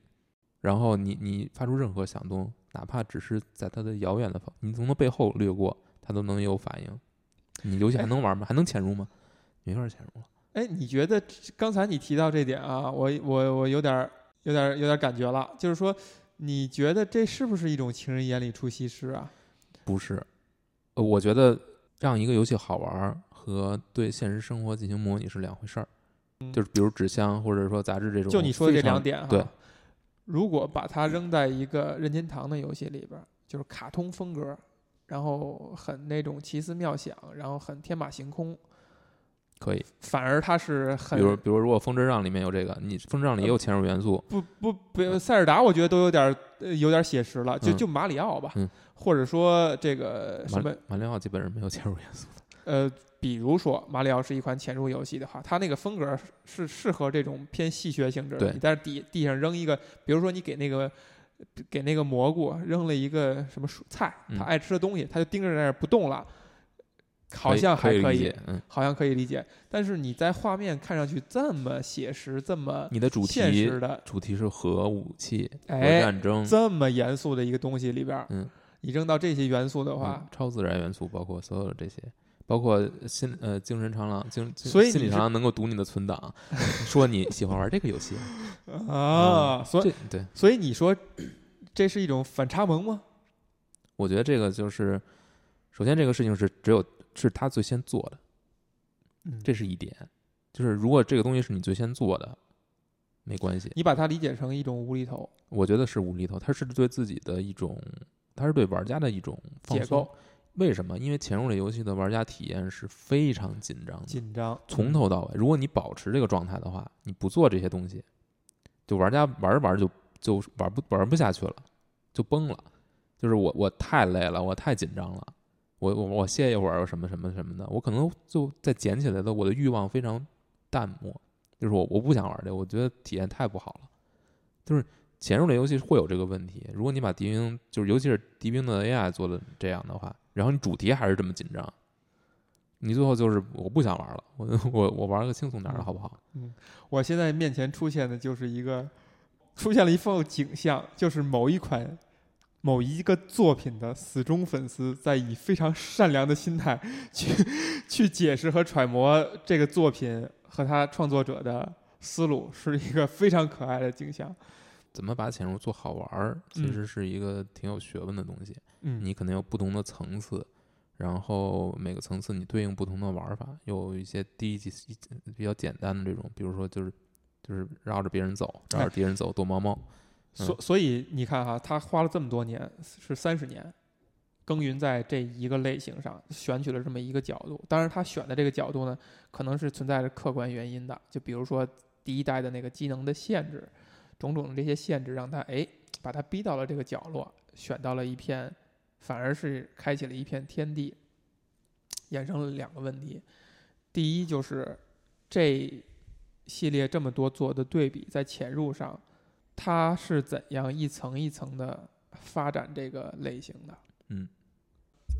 Speaker 2: 然后你你发出任何响动，哪怕只是在他的遥远的方，你从他背后掠过，他都能有反应。你游戏还能玩吗？还能潜入吗？没法潜入了。
Speaker 1: 哎，你觉得这刚才你提到这点啊，我我我有点儿有点儿有点儿感觉了，就是说，你觉得这是不是一种情人眼里出西施啊？
Speaker 2: 不是，呃我觉得让一个游戏好玩儿和对现实生活进行模拟是两回事儿。
Speaker 1: 嗯
Speaker 2: 就是比如纸箱或者说杂志这种，
Speaker 1: 就你说的这两点哈，
Speaker 2: 对
Speaker 1: 如果把它扔在一个任天堂的游戏里边儿，就是卡通风格，然后很那种奇思妙想，然后很天马行空，
Speaker 2: 可以。
Speaker 1: 反而它是
Speaker 2: 比
Speaker 1: 很
Speaker 2: 如比如如果《风之杖》里面有这个，你《风之杖》里
Speaker 1: 呃
Speaker 2: 也有潜入元素，
Speaker 1: 不不不，塞尔达我觉得都有点儿呃有点儿写实了，就
Speaker 2: 嗯
Speaker 1: 就马里奥吧，
Speaker 2: 嗯
Speaker 1: 或者说这个什么
Speaker 2: 马里奥基本上没有潜入元素。
Speaker 1: 呃，比如说马里奥是一款潜入游戏的话，它那个风格是是适合这种偏戏谑性质的。
Speaker 2: 对
Speaker 1: 你在地地上扔一个，比如说你给那个给那个蘑菇啊扔了一个什么蔬菜，
Speaker 2: 嗯
Speaker 1: 他爱吃的东西，他就盯着在那儿不动了，好
Speaker 2: 可以
Speaker 1: 像还
Speaker 2: 可
Speaker 1: 可
Speaker 2: 理
Speaker 1: 以，
Speaker 2: 解嗯，
Speaker 1: 好像可以理解。但是你在画面看上去这么写实，这么
Speaker 2: 你的主
Speaker 1: 现
Speaker 2: 题
Speaker 1: 实的，
Speaker 2: 主题是核武器、核
Speaker 1: 哎，
Speaker 2: 战争、
Speaker 1: 这么严肃的一个东西里边儿，
Speaker 2: 嗯
Speaker 1: 你扔到这些元素的
Speaker 2: 嗯
Speaker 1: 话，
Speaker 2: 超自然元素，包括所有的这些，包括心呃精神长廊、精精
Speaker 1: 所以
Speaker 2: 心
Speaker 1: 你
Speaker 2: 理
Speaker 1: 是
Speaker 2: 长廊能够读你的存档，说你喜欢玩这个 游戏嗯
Speaker 1: 啊，所以
Speaker 2: 这对，
Speaker 1: 所以你说这是一种反差萌吗？
Speaker 2: 我觉得这个就是，首先这个事情是只有是他最先做的，
Speaker 1: 嗯
Speaker 2: 这是一点。就是如果这个东西是你最先做的，没关系，
Speaker 1: 你把它理解成一种无厘头
Speaker 2: 我觉得是无厘头，它是对自己的一种，它是对玩家的一种放
Speaker 1: 解
Speaker 2: 松
Speaker 1: 构。，
Speaker 2: 为什么？因为潜入类游戏的玩家体验是非常紧张的，
Speaker 1: 紧张，
Speaker 2: 从头到尾。如果你保持这个状态的话，你不做这些东西，就玩家玩着玩着就就玩不玩不下去了，就崩了。就是我我太累了，我太紧张了，我我我歇一会儿，我什么什么什么的，我可能就再捡起来的，我的欲望非常淡漠，就是我我不想玩这，我觉得体验太不好了。就是潜入类游戏会有这个问题，如果你把敌兵就是尤其是敌兵的 AI 做的这样的话，然后你主题还是这么紧张。你最后就是我不想玩了，我我我玩个轻松点儿的好不好？
Speaker 1: 我现在面前出现的就是一个，出现了一副景象，就是某一款、某一个作品的死忠粉丝，在以非常善良的心态 去去解释和揣摩这个作品和他创作者的思路，是一个非常可爱的景象。
Speaker 2: 怎么把潜入做好玩儿，其实是一个挺有学问的东西。
Speaker 1: 嗯
Speaker 2: 你可能有不同的层次，然后每个层次你对应不同的玩法，有一些低级比较简单的这种，比如说就是就是绕着别人走，绕着敌人走，躲猫猫。
Speaker 1: 所所以你看哈，他花了这么多年，是三十年，耕耘在这一个类型上，选取了这么一个角度。当然，他选的这个角度呢，可能是存在着客观原因的，就比如说第一代的那个机能的限制，种种的这些限制，让他哎把他逼到了这个角落，选到了一片，反而是开启了一片天地，衍生了两个问题。第一就是这系列这么多做的对比，在潜入上。它是怎样一层一层的发展这个类型的？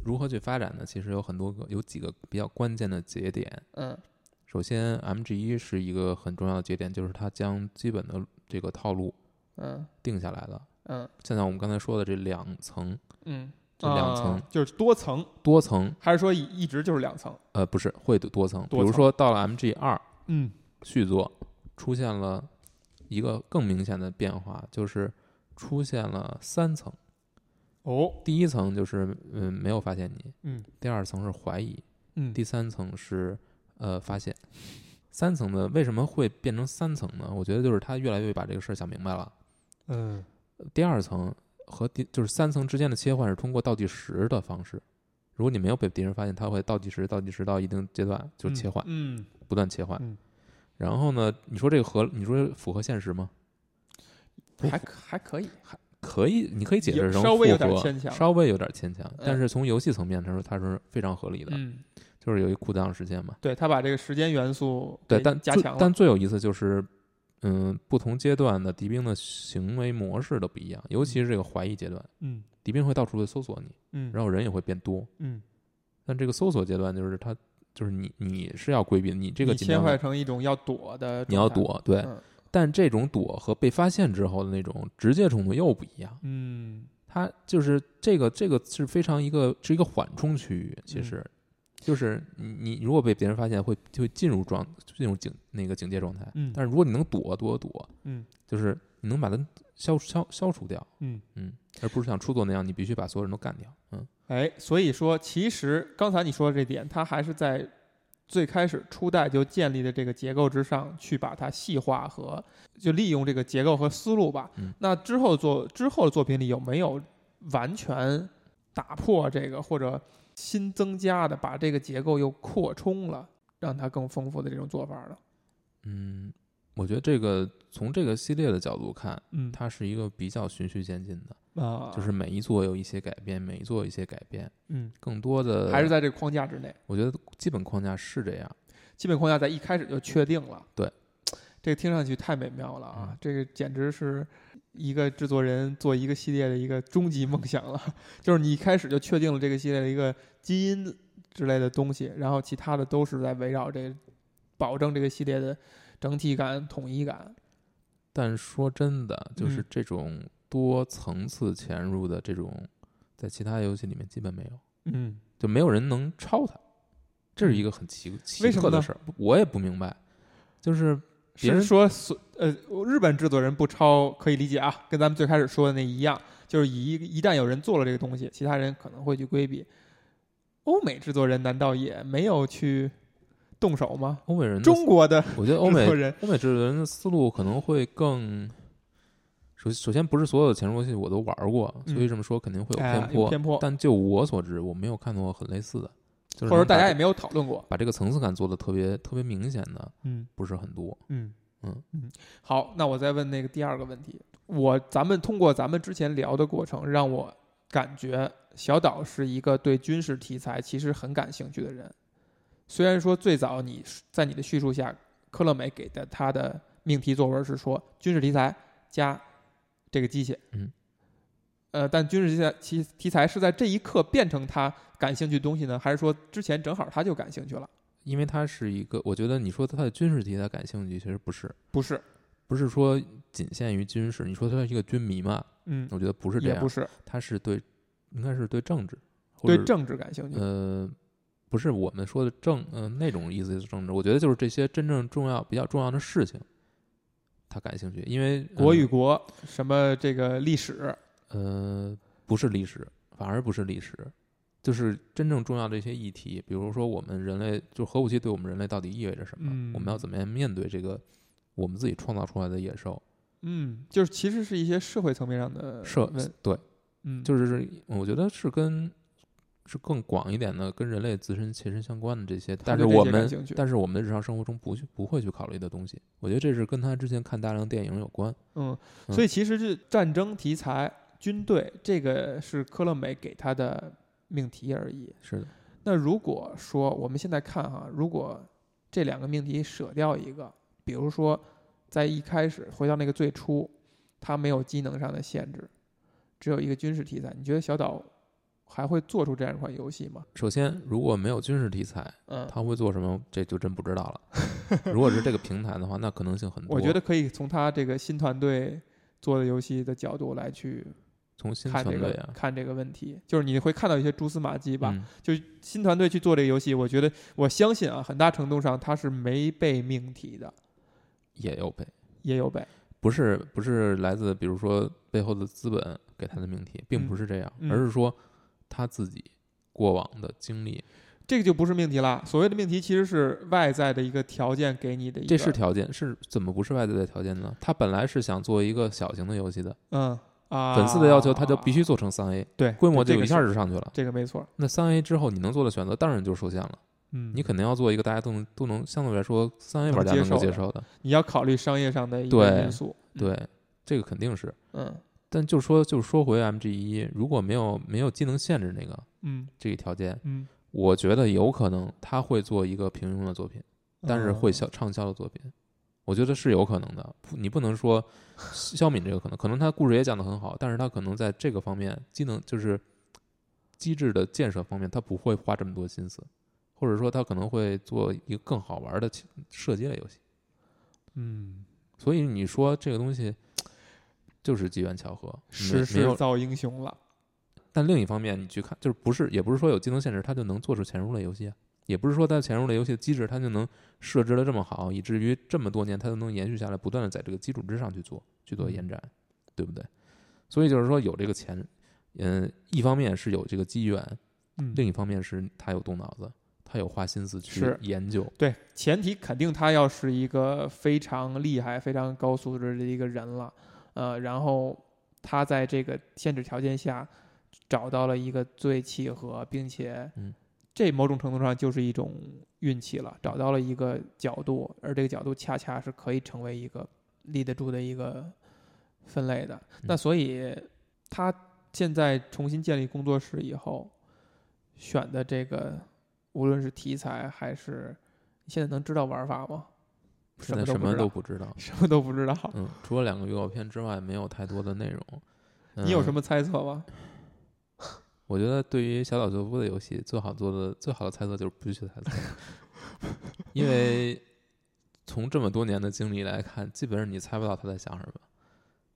Speaker 2: 如何去发展呢？其实有很多个，有几个比较关键的节点。
Speaker 1: 嗯
Speaker 2: 首先，MG 一是一个很重要的节点，就是它将基本的这个套路
Speaker 1: 嗯
Speaker 2: 定下来了。
Speaker 1: 嗯
Speaker 2: 像像我们刚才说的这两层，
Speaker 1: 嗯，
Speaker 2: 这两层
Speaker 1: 啊就是多层，
Speaker 2: 多层，
Speaker 1: 还是说一一直就是两层？
Speaker 2: 呃，不是会多多层。比
Speaker 1: 多
Speaker 2: 如
Speaker 1: 层
Speaker 2: 说到了 MG 二
Speaker 1: 嗯
Speaker 2: 续作，出现了一个更明显的变化，就是出现了三层。
Speaker 1: 哦
Speaker 2: 第一层就是嗯没有发现你，
Speaker 1: 嗯
Speaker 2: 第二层是怀疑，
Speaker 1: 嗯
Speaker 2: 第三层是呃发现。三层的为什么会变成三层呢？我觉得就是他越来越把这个事儿想明白了。
Speaker 1: 嗯
Speaker 2: 第二层和第就是三层之间的切换是通过倒计时的方式。如果你没有被敌人发现，它会倒计时，倒计时到一定阶段就切换，
Speaker 1: 嗯
Speaker 2: 不断切换。
Speaker 1: 嗯
Speaker 2: 然后呢，你说这个合，你说符合现实吗？不
Speaker 1: 还可还可以，
Speaker 2: 可以，你可以解
Speaker 1: 有
Speaker 2: 释成
Speaker 1: 稍微有点
Speaker 2: 符合
Speaker 1: 牵强
Speaker 2: 稍微有点牵强。
Speaker 1: 嗯
Speaker 2: 但是从游戏层面来说，它是非常合理的，
Speaker 1: 嗯，
Speaker 2: 就是有一 cool down 时间嘛。
Speaker 1: 对他把这个时间元素
Speaker 2: 对，
Speaker 1: 给
Speaker 2: 但
Speaker 1: 加
Speaker 2: 最
Speaker 1: 强了
Speaker 2: 但，最有意思就是，嗯，不同阶段的敌兵的行为模式都不一样，尤其是这个怀疑阶段，
Speaker 1: 嗯
Speaker 2: 敌兵会到处的搜索你，
Speaker 1: 嗯
Speaker 2: 然后人也会变多。
Speaker 1: 嗯，
Speaker 2: 但这个搜索阶段就是它就是你你是要规避你这个
Speaker 1: 你
Speaker 2: 紧
Speaker 1: 切
Speaker 2: 张
Speaker 1: 换
Speaker 2: 感，
Speaker 1: 成一种要躲的，
Speaker 2: 你要，躲对，
Speaker 1: 嗯
Speaker 2: 但这种躲和被发现之后的那种直接冲突又不一样。
Speaker 1: 嗯，
Speaker 2: 它就是这个这个是非常一个是一个缓冲区域，
Speaker 1: 嗯
Speaker 2: 其实、就是你你如果被别人发现会就会进入状进入警那个警戒状态，
Speaker 1: 嗯
Speaker 2: 但是如果你能躲躲躲，
Speaker 1: 嗯，
Speaker 2: 就是你能把它消消消除掉，
Speaker 1: 嗯
Speaker 2: 嗯，而不是像出作那样你必须把所有人都干掉，嗯，
Speaker 1: 哎，所以说，其实刚才你说的这点，它还是在最开始初代就建立的这个结构之上去把它细化和就利用这个结构和思路吧。
Speaker 2: 嗯
Speaker 1: 那之后作之后的作品里有没有完全打破这个或者新增加的，把这个结构又扩充了，让它更丰富的这种做法呢？
Speaker 2: 嗯，我觉得这个从这个系列的角度看，
Speaker 1: 嗯
Speaker 2: 它是一个比较循序渐进的，
Speaker 1: 啊，
Speaker 2: 就是每一座有一些改变，每一座有一些改变，
Speaker 1: 嗯，
Speaker 2: 更多的
Speaker 1: 还是在这个框架之内。
Speaker 2: 我觉得基本框架是这样，
Speaker 1: 基本框架在一开始就确定了。
Speaker 2: 对，
Speaker 1: 这个听上去太美妙了啊！
Speaker 2: 嗯
Speaker 1: 这个简直是一个制作人做一个系列的一个终极梦想了， 就是你一开始就确定了这个系列的一个基因之类的东西，然后其他的都是在围绕这个保证这个系列的整体感、统一感。
Speaker 2: 但说真的，就是
Speaker 1: 嗯
Speaker 2: 这种多层次潜入的这种，在其他游戏里面基本没有，
Speaker 1: 嗯，
Speaker 2: 就没有人能超它，这是一个很奇奇
Speaker 1: 为什么
Speaker 2: 特的
Speaker 1: 呢
Speaker 2: 事儿，我也不明白，就是别
Speaker 1: 是
Speaker 2: 人
Speaker 1: 说所呃，日本制作人不超可以理解啊，跟咱们最开始说的那一样，就是一一旦有人做了这个东西，其他人可能会去规避。欧美制作人难道也没有去动手吗？
Speaker 2: 欧美人的思，
Speaker 1: 中国的
Speaker 2: 我觉得欧
Speaker 1: 制
Speaker 2: 美
Speaker 1: 作人
Speaker 2: 欧美制作人的思路可能会更。首首先，不是所有的潜入游戏我都玩过，所以
Speaker 1: 嗯
Speaker 2: 这么说肯定会有
Speaker 1: 哎
Speaker 2: 偏
Speaker 1: 有
Speaker 2: 颇。
Speaker 1: 偏颇
Speaker 2: 但就我所知，我没有看到很类似的，就是
Speaker 1: 或者
Speaker 2: 能
Speaker 1: 大
Speaker 2: 把
Speaker 1: 家
Speaker 2: 这
Speaker 1: 也没有讨论过。
Speaker 2: 把这个层次感做的特别特别明显的
Speaker 1: 嗯
Speaker 2: 不是很多。
Speaker 1: 嗯
Speaker 2: 嗯
Speaker 1: 嗯。好，那我再问那个第二个问题，我咱们通过咱们之前聊的过程，让我感觉小岛是一个对军事题材其实很感兴趣的人。虽然说最早你在你的叙述下，科乐美给的他的命题作文是说军事题材加这个机械，
Speaker 2: 嗯，
Speaker 1: 呃，但军事题材题题材是在这一刻变成他感兴趣的东西呢，还是说之前正好他就感兴趣了？
Speaker 2: 因为它是一个，我觉得你说它的军事题材感兴趣，其实不是，
Speaker 1: 不是，
Speaker 2: 不是说仅限于军事。你说它是一个军迷嘛？
Speaker 1: 嗯，
Speaker 2: 我觉得不是这
Speaker 1: 也
Speaker 2: 样，
Speaker 1: 不是，
Speaker 2: 它是对，应该是对政治，或
Speaker 1: 对
Speaker 2: 者
Speaker 1: 政治感兴趣。
Speaker 2: 呃，不是我们说的政，呃，那种意思的政治。我觉得就是这些真正重要、比较重要的事情，他感兴趣，因为
Speaker 1: 国与国，什么这个历史，
Speaker 2: 呃，不是历史，反而不是历史，就是真正重要的一些议题，比如说我们人类，就核武器对我们人类到底意味着什么？
Speaker 1: 嗯
Speaker 2: 我们要怎么样面对这个我们自己创造出来的野兽？
Speaker 1: 嗯，就是其实是一些社会层面上的
Speaker 2: 社
Speaker 1: 问，
Speaker 2: 对，
Speaker 1: 嗯，
Speaker 2: 就是是我觉得是跟是更广一点的，跟人类自身切身相关的这些，但是
Speaker 1: 对这
Speaker 2: 我
Speaker 1: 些感
Speaker 2: 们
Speaker 1: 兴趣
Speaker 2: 但是我们的日常生活中不去不会去考虑的东西，我觉得这是跟他之前看大量电影有关。
Speaker 1: 嗯，
Speaker 2: 嗯
Speaker 1: 所以其实是战争题材、军队，这个是科乐美给他的命题而已。
Speaker 2: 是的，
Speaker 1: 那如果说我们现在看哈，如果这两个命题舍掉一个，比如说在一开始回到那个最初，它没有机能上的限制，只有一个军事题材，你觉得小岛还会做出这样一款游戏吗？
Speaker 2: 首先如果没有军事题材，
Speaker 1: 嗯，
Speaker 2: 他会做什么，这就真不知道了。 如果是这个平台的话，那可能性很多。
Speaker 1: 我觉得可以从他这个新团队做的游戏的角度来去
Speaker 2: 从新
Speaker 1: 看
Speaker 2: 团
Speaker 1: 这
Speaker 2: 队
Speaker 1: 个
Speaker 2: 啊，
Speaker 1: 看这个问题，就是你会看到一些蛛丝马迹吧。
Speaker 2: 嗯
Speaker 1: 就是新团队去做这个游戏，我觉得我相信啊，很大程度上它是没被命题的，
Speaker 2: 也有被，
Speaker 1: 也有被。
Speaker 2: 不是不是来自比如说背后的资本给他的命题，
Speaker 1: 嗯
Speaker 2: 并不是这样，
Speaker 1: 嗯
Speaker 2: 而是说他自己过往的经历，
Speaker 1: 这个就不是命题啦。所谓的命题其实是外在的一个条件给你的一个，
Speaker 2: 这是条件，是怎么不是外在的条件呢？他本来是想做一个小型的游戏的，
Speaker 1: 嗯啊，
Speaker 2: 粉丝的要求他就必须做成三 A，
Speaker 1: 对
Speaker 2: 规模
Speaker 1: 对这
Speaker 2: 就一
Speaker 1: 个
Speaker 2: 下
Speaker 1: 是
Speaker 2: 就上去了。
Speaker 1: 这个没错，
Speaker 2: 那三 A 之后你能做的选择当然就受限了，
Speaker 1: 嗯，
Speaker 2: 你肯定要做一个大家都能都能相对来说三 A
Speaker 1: 能
Speaker 2: 玩家
Speaker 1: 接
Speaker 2: 能够
Speaker 1: 受
Speaker 2: 接
Speaker 1: 的
Speaker 2: 受的，
Speaker 1: 你要考虑商业上的一个
Speaker 2: 对
Speaker 1: 因素，嗯，
Speaker 2: 对，这个肯定是。
Speaker 1: 嗯
Speaker 2: 但就说就说回 MG 一，如果没有没有技能限制那个
Speaker 1: 嗯
Speaker 2: 这个条件，
Speaker 1: 嗯，
Speaker 2: 我觉得有可能他会做一个平庸的作品，但是会
Speaker 1: 嗯
Speaker 2: 销畅销的作品，我觉得是有可能的。不你不能说消泯这个可能，可能他故事也讲得很好，但是他可能在这个方面技能就是机制的建设方面，他不会花这么多心思，或者说他可能会做一个更好玩的射击类游戏。
Speaker 1: 嗯，
Speaker 2: 所以你说这个东西就是机缘巧合，没
Speaker 1: 时
Speaker 2: 没
Speaker 1: 势
Speaker 2: 有
Speaker 1: 造英雄了。
Speaker 2: 但另一方面，你去看，就是不是也不是说有技能限制，它就能做出潜入类游戏、啊，也不是说它潜入类游戏的机制它就能设置的这么好，以至于这么多年它都能延续下来，不断的在这个基础之上去做去
Speaker 1: 嗯
Speaker 2: 做延展，对不对？所以就是说有这个潜，嗯，一方面是有这个机缘，
Speaker 1: 嗯，
Speaker 2: 另一方面是他有动脑子，他有花心思去
Speaker 1: 是
Speaker 2: 研究，
Speaker 1: 对，前提肯定他要是一个非常厉害、非常高素质的一个人了，呃，然后他在这个限制条件下找到了一个最契合，并且，
Speaker 2: 嗯
Speaker 1: 这某种程度上就是一种运气了，找到了一个角度，而这个角度恰恰是可以成为一个立得住的一个分类的。那所以他现在重新建立工作室以后，选的这个无论是题材还是你现在能知道玩法吗？ 什
Speaker 2: 现在什
Speaker 1: 么
Speaker 2: 么
Speaker 1: 都
Speaker 2: 都
Speaker 1: 不
Speaker 2: 不知道
Speaker 1: 知道，。什么都不知道。
Speaker 2: 嗯，除了两个预告片之外，没有太多的内容。
Speaker 1: 你有
Speaker 2: 嗯
Speaker 1: 什么猜测吗？
Speaker 2: 我觉得对于小岛秀夫的游戏，最好做的最好的猜测就是不去猜测， 因为从这么多年的经历来看，基本上你猜不到他在想什么。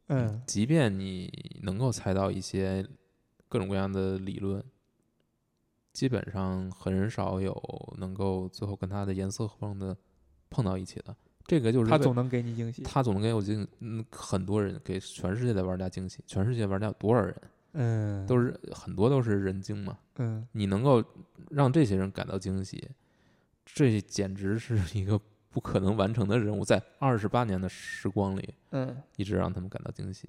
Speaker 1: 嗯，
Speaker 2: 即便你能够猜到一些各种各样的理论，基本上很少有能够最后跟他的颜色碰的碰到一起的。这个就是
Speaker 1: 他
Speaker 2: 为
Speaker 1: 总能给你惊喜。
Speaker 2: 他总能给我惊，嗯，很多人给全世界的玩家惊喜。全世界玩家有多少人？
Speaker 1: 嗯，
Speaker 2: 都是很多都是人精嘛。
Speaker 1: 嗯，
Speaker 2: 你能够让这些人感到惊喜，这简直是一个不可能完成的任务。在二十八年的时光里，
Speaker 1: 嗯，
Speaker 2: 一直让他们感到惊喜。